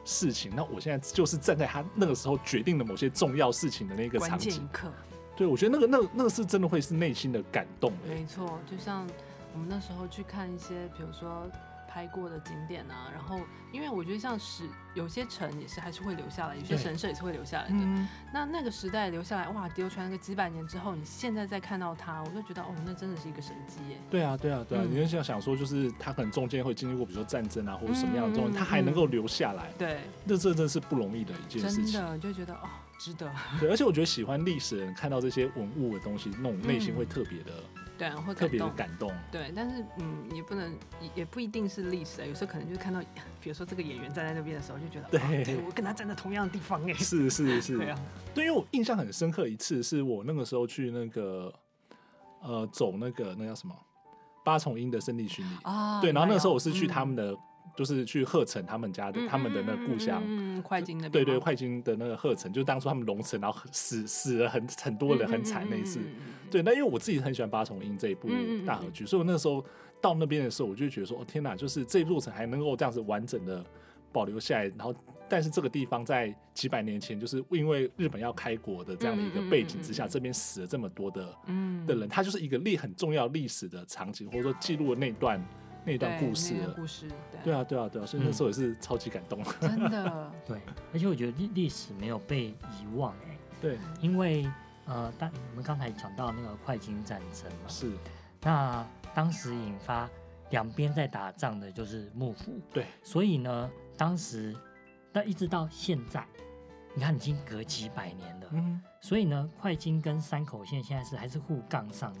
事情？那我现在就是站在他那个时候决定了某些重要事情的那个关场键一景。刻，对，我觉得那个那个那个是真的会是内心的感动的。没错，就像我们那时候去看一些，比如说拍过的景点啊，然后因为我觉得像是有些城也是还是会留下来，有些对神社也是会留下来的。嗯，那那个时代留下来，哇，流传个几百年之后，你现在再看到它，我就觉得哦，那真的是一个神迹耶。对啊，对啊，对啊。嗯你就想想说，就是他可能中间会经历过，比如说战争啊，或者什么样的东西，嗯嗯他还能够留下来，对，那这真的是不容易的一件事真情。的就觉得哦，值得。对，而且我觉得喜欢历史的人看到这些文物的东西，那种内心嗯会特别的、对啊，会特感别的动。感动。对，但是嗯，也不能，也也不一定是历史啊，有时候可能就是看到，比如说这个演员站在那边的时候，就觉得，对哦、对我跟他站在同样的地方哎。是是是，对啊，对，因为我印象很深刻一次，是我那个时候去那个呃走那个那叫什么八重樱的圣地巡礼，啊对，然后那个时候我我是去他们的，就是去鹤城他们家的、他们的那个故乡。嗯，嗯嗯快进那边对对，吗，快金的那个鹤城，就当初他们龙城，然后死死了很很多人，嗯很惨那一次。，嗯嗯嗯嗯对，那因为我自己很喜欢八重樱这一部嗯嗯嗯大合剧，所以我那时候到那边的时候，我就觉得说，哦天哪，就是这座城还能够这样子完整的保留下来，然后但是这个地方在几百年前，就是因为日本要开国的这样的一个背景之下，嗯嗯嗯嗯这边死了这么多的嗯的人，它就是一个历很重要历史的场景，或者说记录了那段那段故事对那了段。故嗯事，对对，啊，对啊，对啊，所以那时候也是超级感动。 真的，，对，而且我觉得历历史没有被遗忘哎、对，因为呃，当我们刚才讲到那个快金战争嘛，是，那当时引发两边在打仗的就是幕府，对，所以呢，当时那一直到现在，你看已经隔几百年了，嗯，所以呢，快金跟山口县现在是还是互杠上的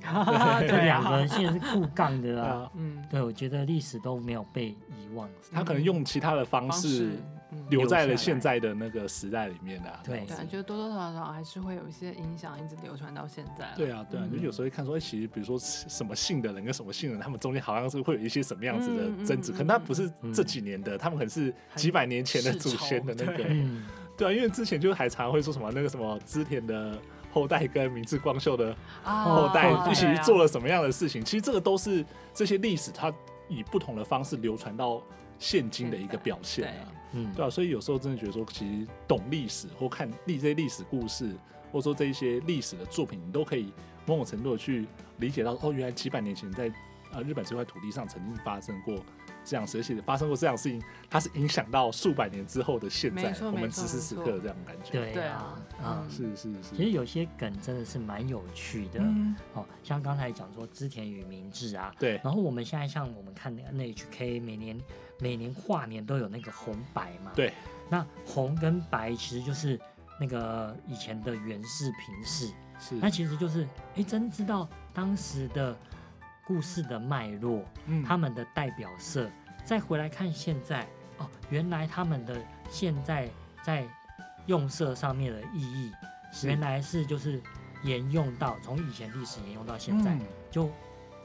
对这两个啊，人现在是互 杠的啊。啊，嗯，对，我觉得历史都没有被遗忘。他可能用其他的方方式式，嗯，留在了留下来现在的那个时代里面的、啊。对对啊，就多多少少还是会有一些影响，一直流传到现在，对，啊，对啊，嗯你就有时候会看说，哎、其实比如说什么姓的人跟什么姓的人，他们中间好像是会有一些什么样子的嗯嗯争执，嗯可能他不是嗯这几年的，他们可能是几百年前的祖先的那个，对嗯，啊，因为之前就还常会说什么那个什么织田的后代跟明治光秀的啊，后代对啊一起做了什么样的事情，其实这个都是这些历史它以不同的方式流传到现今的一个表现现啊在，嗯，对啊，所以有时候真的觉得说，其实懂历史或看历这些历史故事，或者说这一些历史的作品，你都可以某种程度的去理解到，哦，原来几百年前在呃日本这块土地上曾经发生过这样事，而且发生过这样的事情，它是影响到数百年之后的现在没，错我们没错此时此刻的这样的感觉。对对啊啊，嗯，是是其实是，有些梗真的是蛮有趣的，嗯哦，像刚才讲说织田与明治啊，对然后我们现在像我们看那那 HK，每年每年跨年都有那个红白嘛，对，那红跟白其实就是那个以前的源氏平氏，是那，其实就是哎真知道当时的故事的脉络，嗯他们的代表色，再回来看现在哦，原来他们的现在在用色上面的意义，是原来是就是沿用到从以前历史沿用到现嗯在，就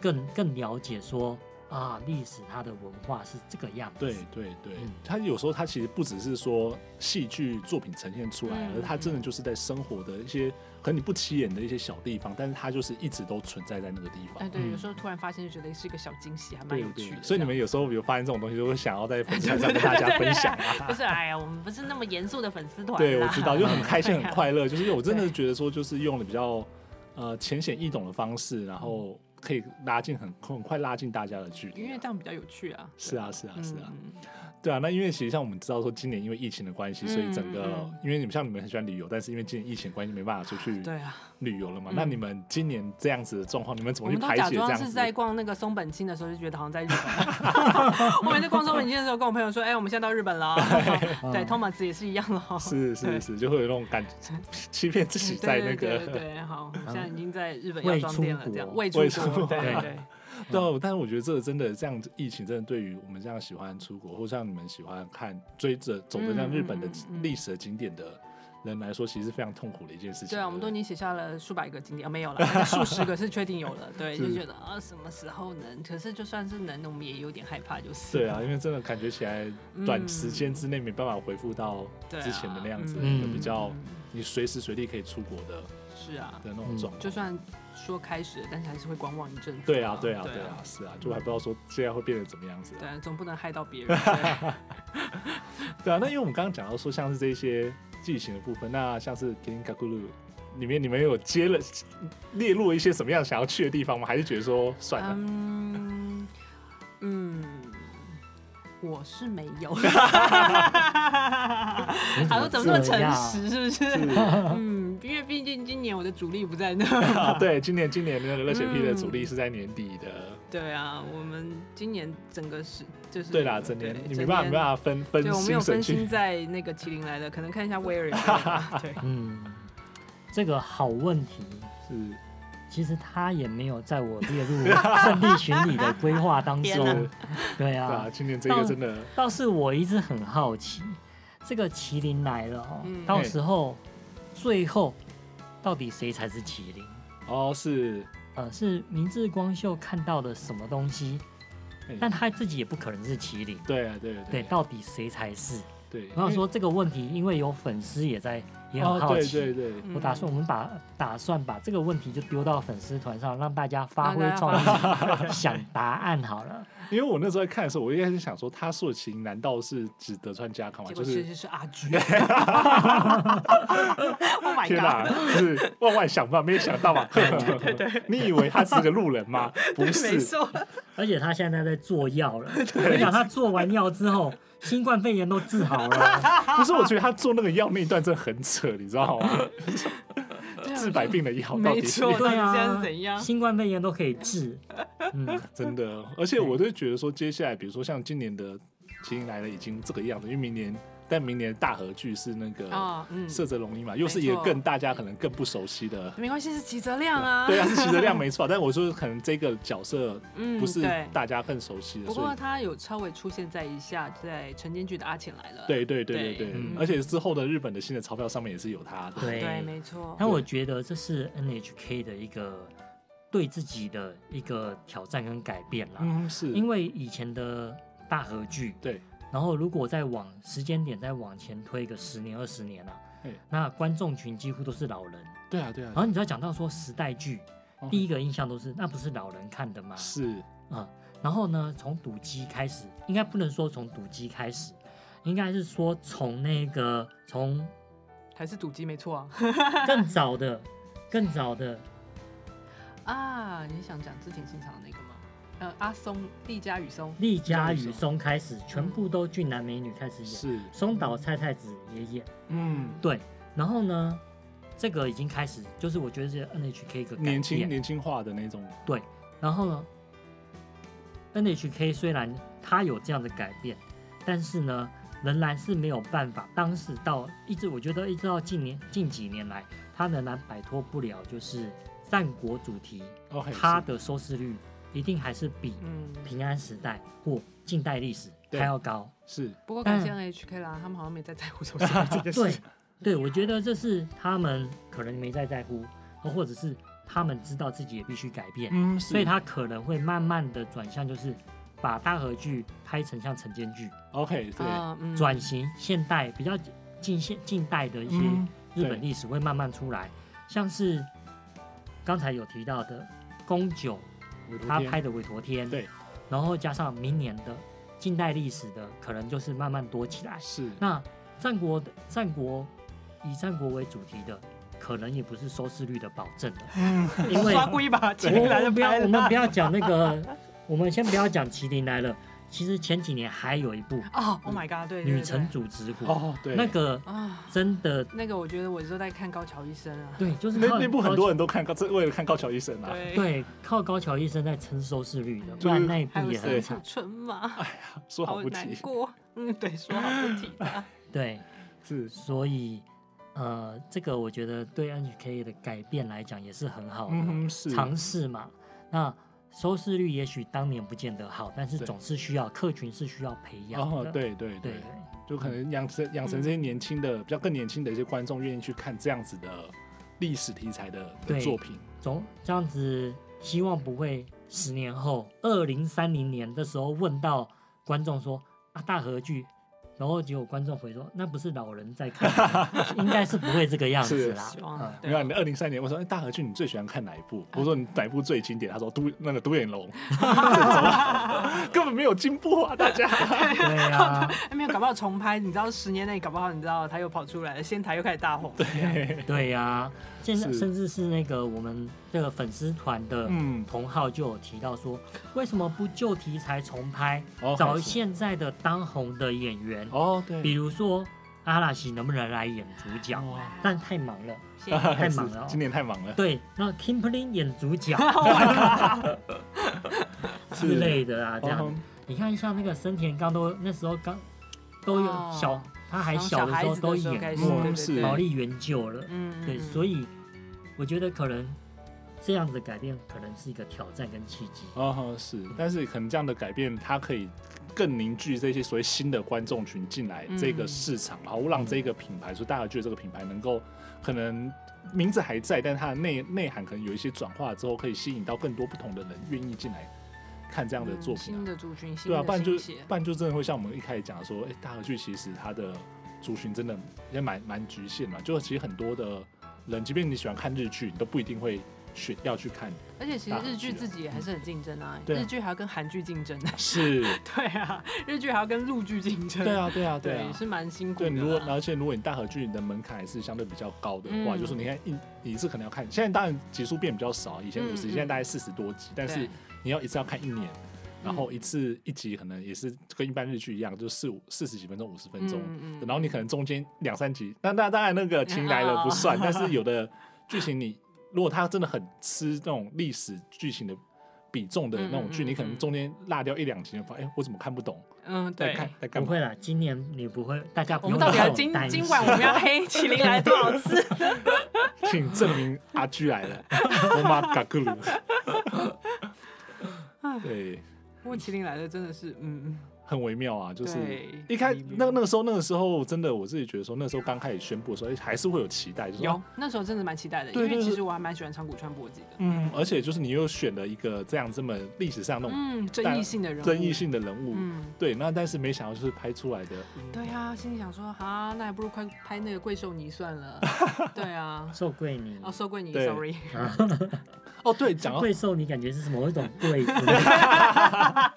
更更了解说啊，历史它的文化是这个样子。对对对嗯，他有时候他其实不只是说戏剧作品呈现出来，嗯而他真的就是在生活的一些可能你不起眼的一些小地方，但是他就是一直都存在在那个地哎，方。对，有嗯时候突然发现就觉得是一个小惊喜，还蛮对有对趣的。所以你们有时候有发现这种东西，就会想要在粉丝团上跟大家分享 啊。不是，哎呀，我们不是那么严肃的粉丝团啦。对，我知道，就很开心、对很啊快乐。就是因为我真的觉得说，就是用了比较呃浅显易懂的方式，然后可以拉近很很快拉近嗯大家的距离因啊、为这样比较有趣啊。是啊，是啊，是啊，嗯对啊。那因为其实像我们知道说，今年因为疫情的关系，所以整个、嗯嗯因为你们像你们很喜欢旅游，但是因为今年疫情的关系没办法出去对啊，旅游了嘛。嗯那你们今年这样子的状况，你们怎我么去们都排假解这装样是子在的？逛那个松本清的时候，就觉得好像在日本。 我每次逛松本清的时候，跟我朋友说：“哎、我们现在到日本了。”对，托马斯也是一样了。是是对是，就会有那种感觉， 欺骗自己嗯在那对对个对对对，好，我们现在已经在日本未药妆店了，出这样国未出未出国国，对对对， 对啊，但是我觉得这个真的这样子，疫情真的对于我们这样喜欢出国，或像你们喜欢看追着走着像日本的嗯嗯嗯历史的景点的人来说，其实是非常痛苦的一件事情。对啊，我们都已经写下了数百个景点，啊、没有了，大概数十个是确定有了，对，是就觉得啊，什么时候能？可是就算是能，我们也有点害怕，就是。 对啊，因为真的感觉起来嗯短时间之内没办法恢复到对啊之前的那样子，嗯一个比较嗯你随时随地可以出国的的是啊，那种状况。就算说开始了，但是还是会观望一阵子。对啊，对啊，对对啊，是啊，就还不知道说现在会变成怎么样子啊、对，总不能害到别人。对对啊，那因为我们刚刚讲到说，像是这些剧情的部分，那像是《天卡库鲁》里面，你们有接了列入了一些什么样想要去的地方吗？还是觉得说算了？嗯嗯，我是没 有。你好像怎么那么这诚样实，是不是？嗯，因为毕竟今年我的主力不在 那。啊，对，今年今年那个热血 P 嗯的主力是在年底的，对啊，我们今年整个是就是对啦，整年对你没办法没办法分分对，我没心有神分心去。在那个麒麟来的，可能 看一下威尔也可以吧。对，嗯，这个好问题，是其实它也没有在我列 入胜利巡礼的规划当天中哪。对对啊啊，，今年这个真的倒是我一直很好奇，这个麒麟来了哦，嗯到时候最后到底谁才是麒麟？哦是，呃，是明治光秀看到的什么东西？哎但他自己也不可能是麒麟，对啊对对，对到底谁才是？对，我想说这个问题，因为有粉丝也在也很嗯哦好对奇，对嗯对，我打算我们把打算把这个问题就丢到粉丝团上，让大家发挥创让意， 想答案好了。因为我那时候在看的时候，我一开始想说他说的情难道是指德川家康吗？结就果是其实是阿 菊。Oh my 天哪， god！就是万万想不到，没有想到吧？对对对， 你以为他是个路人吗？不 没是，错，而且他现在在做药了，我跟你讲，他做完药之后，新冠肺炎都治好了。不是，我觉得他做那个药那一段真的很扯，你知道吗？治百病的药到没底是 错，对到底现在啊是怎，样？新冠肺炎都可以治。嗯，真的，而且我都觉得说，接下来比如说像今年的《麒麟来了》已经这个样子，因为明年，但明年的大合剧是那个啊嗯《色泽龙一》嘛，又是一个没错更大家可能更不熟悉的。没关系，是吉泽亮啊。对啊，是齐泽亮没错，但我说可能这个角色嗯，不是对。大家更熟悉的，不所以过他有稍微出现在一下，在晨间剧的阿浅来了。对对对对对对，嗯而且之后的日本的新的钞票上面也是有他 的。对对，没错。但我觉得这是 NHK 的一个对自己的一个挑战跟改变啦。嗯，是因为以前的大合剧，对，然后如果再往时间点再往前推个十年二十年啊嘿，那观众群几乎都是老人。对啊对啊然，后你只要讲到说时代剧哦，第一个印象都是那不是老人看的吗？是嗯，然后呢，从赌鸡开始，应该不能说从赌鸡开始，应该是说从那个从还是赌鸡没 错啊。更早 的、更早的啊，你想讲织田信长的那个吗？呃阿松栗嘉与松，栗嘉与松开始，全部都俊男美女开始演，是，松岛菜菜子也演。嗯，对，然后呢，这个已经开始，就是我觉得这 NHK 一个改年轻变。年轻化的那种，然后呢，NHK 虽然它有这样的改变，但是呢，仍然是没有办法。当时到一直，我觉得一直到近年近几年来，它仍然摆脱不了就是战国主题， OK，它的收视率一定还是比嗯，平安时代或近代历史对还要 高。是是不过感谢但 NHK 啦，他们好像没在在 乎收视啊率这件事对啊情。，对，我觉得这是他们可能没在在乎，或者是他们知道自己也必须改变，嗯，所以是他可能会慢慢的转向，就是把大合剧拍成像晨间剧， OK，对，啊，嗯转型现代比较近现近代的一些嗯日对本历史会慢慢出来，像是刚才有提到的宫九委托他天拍的《韦陀天》，对，然后加上明年的近代历史的，可能就是慢慢多起来。是那战国的战国以战国为主题的，可能也不是收视率的保证了，因为刷故意把我钱来们的不要拍我了们不要讲那个，我们先不要讲《麒麟来了》，其实前几年还有一部《哦啊！Oh my god，对，对女对城主直虎》，哦，对，那个啊，真的那个我觉得我都在看高桥医生啊，对，就是那靠那部很多人都看高，这为了看高桥医生啊，对，对靠高桥医生在撑收视率的，就不是然那一部还有也三很浦惨。啊春马，说好好不难提，过。嗯，对，说好不 提啊。对，是所以呃，这个我觉得对 NHK 的改变来讲也是很好的。嗯哼是尝试嘛。那收视率也许当年不见得好，但是对总是需要客群是需要培养的。哦，对对对嗯对，就可能养成养成这些年轻的比较更年轻的一些观众愿意去看这样子的历史题材的的对作品，总这样子，希望不会十年后，二零三零年的时候问到观众说啊大合剧，然后结果观众回说那不是老人在看 吗，应该是不会这个样子啦。希望嗯没有，你二零三年，我说、哎大河剧你最喜欢看哪一部？我说你哪一部最经典？他说独那个独眼龙，这怎 么根本没有进步啊！大家对啊，哎没有，搞不好重拍，你知道十年内搞不好，你知道他又跑出来了，仙台又开始大红，对啊呀。现在是甚至是那个我们这个粉丝团的嗯同号就有提到说，为什么不旧题材重拍？哦找还是现在的当红的演员， 哦，对， 比如说阿拉西能不能来演主角？哇但太忙了，谢谢太忙了哦是今年太忙了，对，那 Kim p l i n 演 主角哦是之类的啊，这样哦。你看，像那个森田刚都那时候刚都有哦小，他还从 小小的孩时候子都的时候开演始，过嗯对对是对毛利元就了。嗯，对，所以我觉得可能这样子的改变可能是一个挑战跟契机。哦是，但是可能这样的改变，它可以更凝聚这些所谓新的观众群进来嗯这个市场，然后让这个品牌，说大家觉得这个品牌能够可能名字还在，但它的内内涵可能有一些转化之后，可以吸引到更多不同的人愿意进来看这样的作品、啊新。的族嗯群，新对啊，不的然就新血，不然就真的会像我们一开始讲的说，哎、大河剧其实它的族群真的也蛮蛮局限嘛，就其实很多的人，即便你喜欢看日剧，你都不一定会选要去看。而且其实大日剧剧啊自己也还是很竞争啊，对啊日剧还要跟韩剧竞争呢。是，对啊，日剧还要跟陆剧竞争。对啊，对啊，对对，啊。是蛮辛苦对，的你如果啦。而且如果你大合剧你的门槛还是相对比较高的话，嗯就是你看一你是可能要看，现在当然集数变比较少，以前嗯五十、嗯现在大概四十多集，但是对嗯你要一次要看一年，然后一次一集可能也是跟一般日剧一样，就四五四十几分钟、五十分钟，嗯嗯嗯然后你可能中间两三集，那那当然那个情来哦了不算，但 是有的剧情你如果它真的很吃那种历史剧情的。比重的那种剧，嗯嗯嗯你可能嗯中间落掉一两集，你就发现哎、我怎么看不懂？嗯，在对。看在干不嘛？会啦，今年你不会，大家不我们用到啊底要太今担今心晚我们要黑麒麟来多少 次？请证明阿居来 了，我妈嘎咕噜。对，不过麒麟来了真的是，嗯，很微妙啊，就是对一开微妙那那个时候，那个时候真的我自己觉得说，那时候刚开始宣布的时候，哎还是会有期待，就是说有，那时候真的蛮期待的，因对为对其对实我还蛮喜欢长谷川博己的。嗯，而且就是你又选了一个这样这么历史上那种嗯，争但议性的人物，争议。性的人物，嗯，对，那但是没想到就是拍出来的，对啊，心里想说，啊，那还不如快拍那个贵寿尼算 了。对啊，受贵你哦，寿贵尼对 ，sorry，哦，对，讲到贵兽，你感觉是什么一种贵族？哦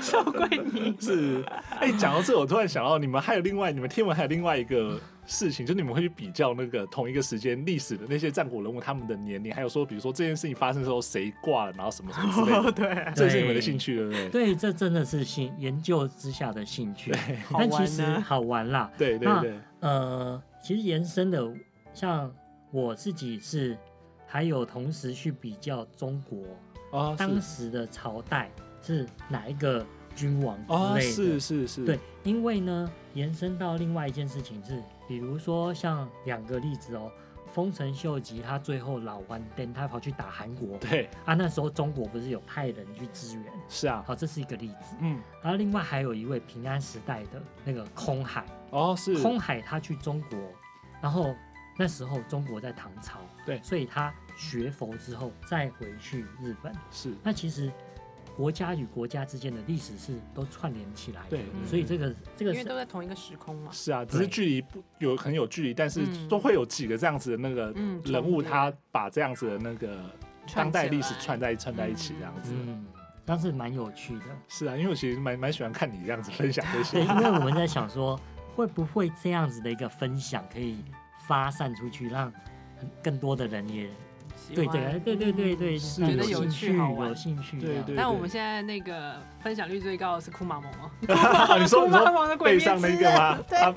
寿贵尼，是，哎、讲到这，我突然想到，你们还有另外，你们天文还有另外一个事情，就你们会去比较那个同一个时间历史的那些战国人物他们的年龄，还有说比如说这件事情发生的时候谁挂了，然后什么什么之类 的，对，这是你们的兴趣，对不对？对，这真的是兴研究之下的兴趣，好但其玩实啊呢好玩啦。对对那对，呃，其实延伸的，像我自己是还有同时去比较中国啊嗯当是时的朝代是哪一个君王啊之类的。是是是，对，因为呢，延伸到另外一件事情是，比如说像两个例子哦，丰臣秀吉他最后老完灯，他跑去打韩国对啊，那时候中国不是有派人去支援，是啊，好，这是一个例子。嗯然后另外还有一位平安时代的那个空海，哦是空海他去中国，然后那时候中国在唐朝，对所以他学佛之后再回去日本。是那其实国家与国家之间的历史是都串联起来的对，所以这个这个因为是都在同一个时空嘛。是啊，只是对距离不有很有距离，但是嗯都会有几个这样子的那个嗯人物，重叠他把这样子的那个串当代起历史来串在串在一起这样子。嗯，但是蛮有趣的。是啊，因为我其实蛮蛮喜欢看你这样子分享这对，些。因为我们在想说，会不会这样子的一个分享可以发散出去，让更多的人也喜对这欢个，对对对对，是让觉得有兴趣趣好玩有兴趣这对样，对但我们现在那个分享率最高的是库玛蒙哦， 你说库你玛说蒙的鬼啊背灭上那之个刃，吗？他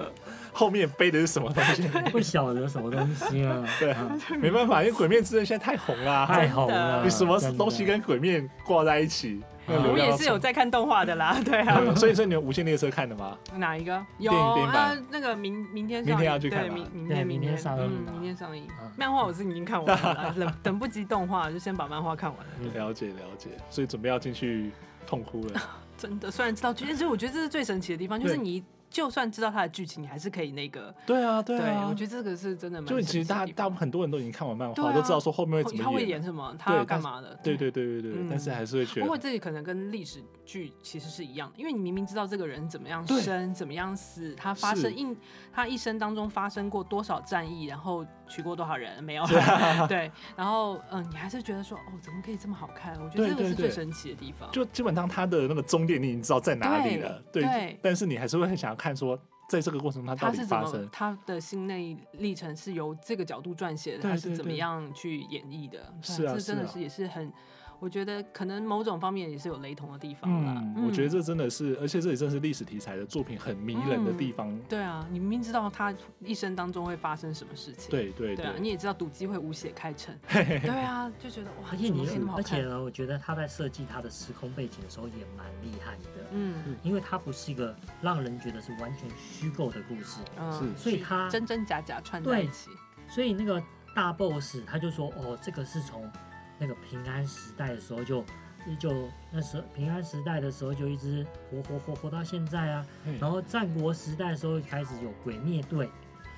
后面背的是什么东 西？不晓得什么东西啊，对啊 没办法，因为《鬼面之刃》现在太红啦、太红了，你什么真的东西跟鬼面挂在一起，那我流我量也要是有冲。在看动画的 啦，对啊，对所以说你有《无限列车》看的吗？哪一个？有电影电影啊版，那个明明天上映明天要去看对，吧明明对天明天上映嗯吧明天上映啊。漫画我是已经看完 了啦，等等不及动画，就先把漫画看完了。了解了解，所以准备要进去痛哭了。真的，虽然知道剧，但是我觉得这是最神奇的地方，就是对你就算知道它的剧情，你还是可以那个。对啊，对对，啊，我觉得这个是真的蛮就神你奇其的实地方。大大很多人都已经看完漫对画，啊都知道说后面会后怎他么会演演啊。什么，他对要干但是嘛的？对对对对对，嗯但是还是会觉不过得这个可能跟历史剧其实是一样的，因为你明明知道这个人怎么样对生、怎么样死，他发是生一他一生当中发生过多少战役，然后娶过多少人，没有 对，然后嗯、呃你还是觉得说哦，怎么可以这么好看？我觉对得这个对是最对神奇的地方。就基本上他的那个终点你已经知道在哪里了，对对但是你还是会很想要看说，在这个过程中他到他底是怎发么生，他的心内历程是由这个角度撰写的，对他是对怎么对样去演绎的？对是啊这是真的啊是也是很，我觉得可能某种方面也是有雷同的地方啦。嗯，我觉得这真的是，而且这也真的是历史题材的作品很迷人的地方。对啊，你明明知道他一生当中会发生什么事情，对对对对啊，你也知道赌鸡会无血开 城，对啊，就觉得哇，而且怎么你可以那么，好而且看？呢，我觉得他在设计他的时空背景的时候也蛮厉害的，嗯因为它不是一个让人觉得是完全虚构的故事，嗯，所以它真真假假串在一起，所以那个大 boss 他就说，哦，这个是从那个平安时代的时候就就那时候平安时代的时候就一直活活活活到现在啊，嗯然后战国时代的时候开始有鬼灭队，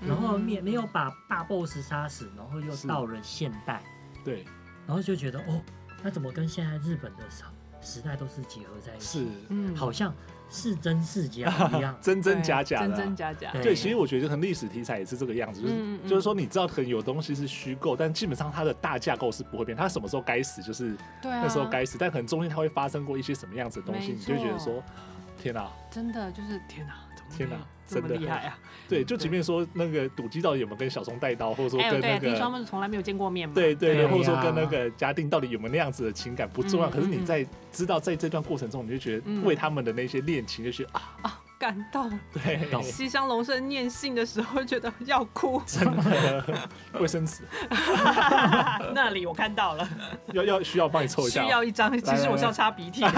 然嗯后灭没有把大 boss 杀死，然后又嗯是到了现代，对，然后就觉得哦，那怎么跟现在日本的时时代都是结合在一是，起，嗯，好像是真是假一样 真真假假真的啊、真假假，对对，其实我觉得可能历史题材也是这个样子，就是、嗯嗯嗯就是说，你知道可能有东西是虚构，但基本上它的大架构是不会变。它什么时候该死，就是对啊，那时候该死，但可能中间它会发生过一些什么样子的东西，没你错就会觉得说，天哪、真的就是天哪，怎么天哪可以这么真的厉害啊！嗯对，就即便说那个赌鸡到底有没有跟小松带刀，或者说哎跟呦，对那啊，听说他个。们从来没有见过面嘛，对对啊对，对或者说呀跟那个嘉定到底有没有那样子的情感不重要，嗯可是嗯你嗯在知道在这段过程中，你就觉得嗯为他们的那些恋情，就觉得啊，感动。对，懂西乡隆盛念信的时候，觉得要哭，真的卫生纸那里我看到 了，要要需要帮你凑一需下哦，要一张，其实我是要擦鼻涕的。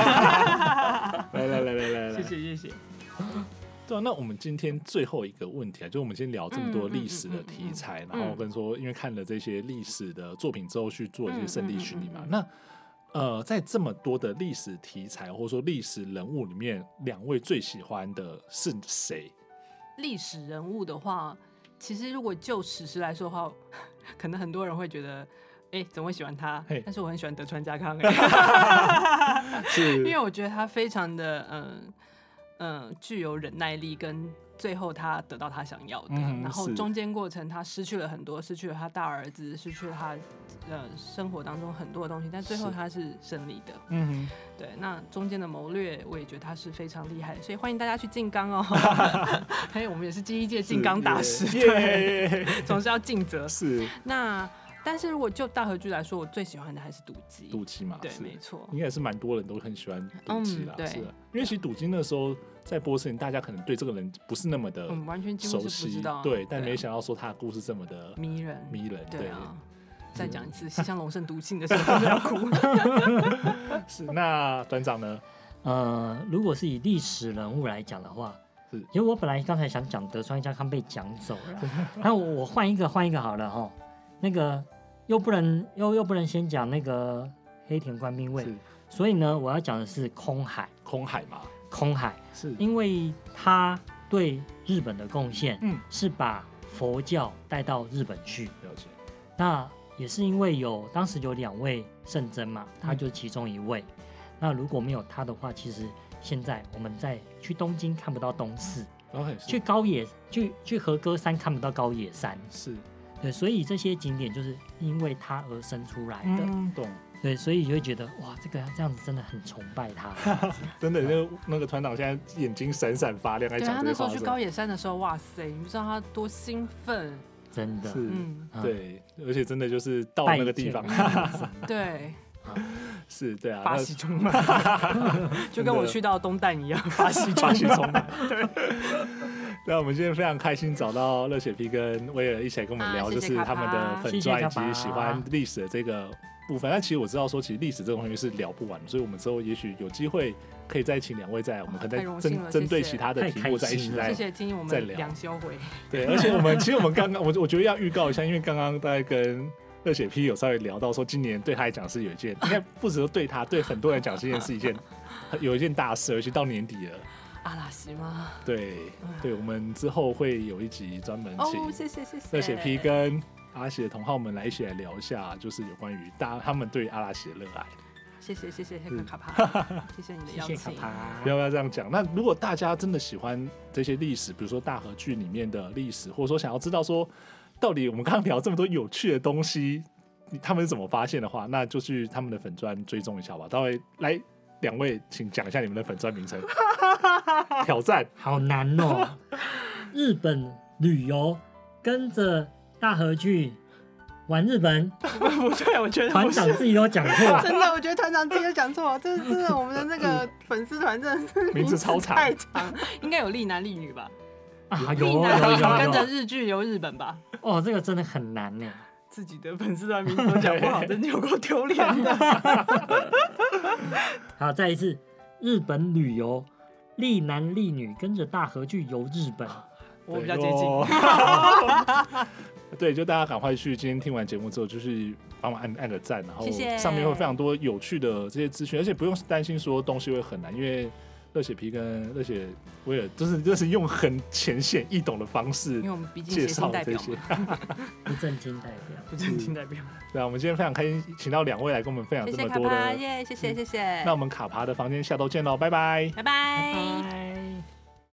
来来来来来来，谢谢谢谢，对啊，那我们今天最后一个问题啊，就我们先聊这么多嗯嗯历嗯史嗯的嗯题材，嗯然后跟说，因为看了这些历史的作品之后去做一些圣地巡礼嘛。嗯嗯嗯嗯那呃，在这么多的历史题材或者说历史人物里面，两位最喜欢的是谁？历史人物的话，其实如果就史实来说的话， 可能很多人会觉得，哎、怎么会喜欢他嘿？但是我很喜欢 德川家康、欸，是因为我觉得他非常的嗯。嗯具有忍耐力，跟最后他得到他想要的。嗯然后是中间过程他失去了很多，失去了他大儿子，失去了他呃生活当中很多的东西，但最后是他是胜利的。嗯哼，对，那中间的谋略，我也觉得他是非常厉害的，所以欢迎大家去静冈 哦。 还有我们也是第一届静冈大师，是对，耶总是要尽责。 是那但是如果就大和剧来说，我最喜欢的还是赌鸡。赌鸡嘛，对，是没错。应该也是蛮多人都很喜欢赌鸡啦，嗯对是的，因为其实赌鸡那时候在波士顿，大家可能对这个人不是那么的嗯，完全几乎熟是不悉知道啊，，对，但啊没想到说他的故事这么的迷人，迷人，对对，啊。再讲一 次，《西乡隆盛读信》的时候真的要哭。是。那团长呢？呃，如果是以历史人物来讲的话，是因为我本来刚才想讲德川家康被讲走了，那我我换一个换一个好了哈，那个又不能又又不能先讲那个黑田官兵卫，是所以呢，我要讲的是空海，空海嘛？空海，是，因为他对日本的贡献嗯，是把佛教带到日本去，了解，那也是因为有当时有两位圣真嘛，嗯他就是其中一位。那如果没有他的话，其实现在我们在去东京看不到东寺，然后也是去高野去去和歌山看不到高野山，是，对，所以这些景点就是因为他而生出来的，嗯，懂。对，所以你会觉得哇，这个这样子真的很崇拜他。 真的，那个那个团长现在眼睛闪闪发亮，在对讲他这那些时候话的去时高候，野山的时候，哇塞，你不知道他多兴奋。真的，是， 嗯，嗯，对，而且真的就是到拜那个地见方，对， 是对啊，法那喜充 满，就跟我去到东旦一样，巴西巴西充满。对，那我们今天非常开心找到热血 P 跟威尔一起来跟我们啊聊，就谢谢是卡他们的巴粉谢谢钻以卡及喜巴欢历史的这个部分。但其实我知道说，其实历史这个东西是聊不完的，所以我们之后也许有机会可以再请两位再来，我们可太能荣再幸针了针对谢谢其他的太题开目再一心起了来谢谢金我再们聊两修回。对，而且我们其实我们刚刚，我我觉得要预告一下，因为刚刚大概跟热血 P 有稍微聊到说，今年对他来讲是有一件，应该不只是对他，对很多人来讲是一件是一件有一件大事，而且到年底了。 阿拉西吗？对，对，我们之后会有一集专门哦，请谢谢谢谢。热血 P 跟阿喜的同好们来一起来聊一下，就是有关于大他们对阿拉喜的热爱。谢嗯谢谢谢谢谢 卡帕，谢谢你的邀谢谢卡请。 帕不。要不要这样讲？那如果大家真的喜欢这些历史，比如说大河剧里面的历史，或者说想要知道说到底我们刚刚聊这么多有趣的东西，你他们是怎么发现的话，那就去他们的粉砖追踪一下吧。待会来两位，请讲一下你们的粉砖名称，挑战好难哦。日本旅游，跟着大和剧玩日本，不对，我觉得 团不是长。自己都讲错，真的，我觉得团长自己有讲错，这是真的，我们的那个粉丝团真的是嗯名字超长太长，应该有丽男丽女吧？啊有丽有男丽女有跟着有，日剧游日本吧？哦，这个真的很难呢。自己的粉丝团名字都讲不好，真的有够丢脸的。好，再一次，日本旅游，丽男丽女跟着大和剧游日本，我比较接近。哦 对，就大家赶快去，今天听完节目之后，就是帮忙按按个赞，然后谢谢上面会非常多有趣的这些资讯，而且不用担心说东西会很难，因为热血皮跟热血威尔就是就是用很浅显易懂的方式因为我们毕竟介写信绍代这表些 嘛，。不正经代表。不正 经代表。对啊，我们今天非常开心，请到两位来跟我们分享谢这谢么卡多帕，的。耶，谢谢谢谢那，我们卡爬的房间下周见喽，拜拜。拜拜。拜。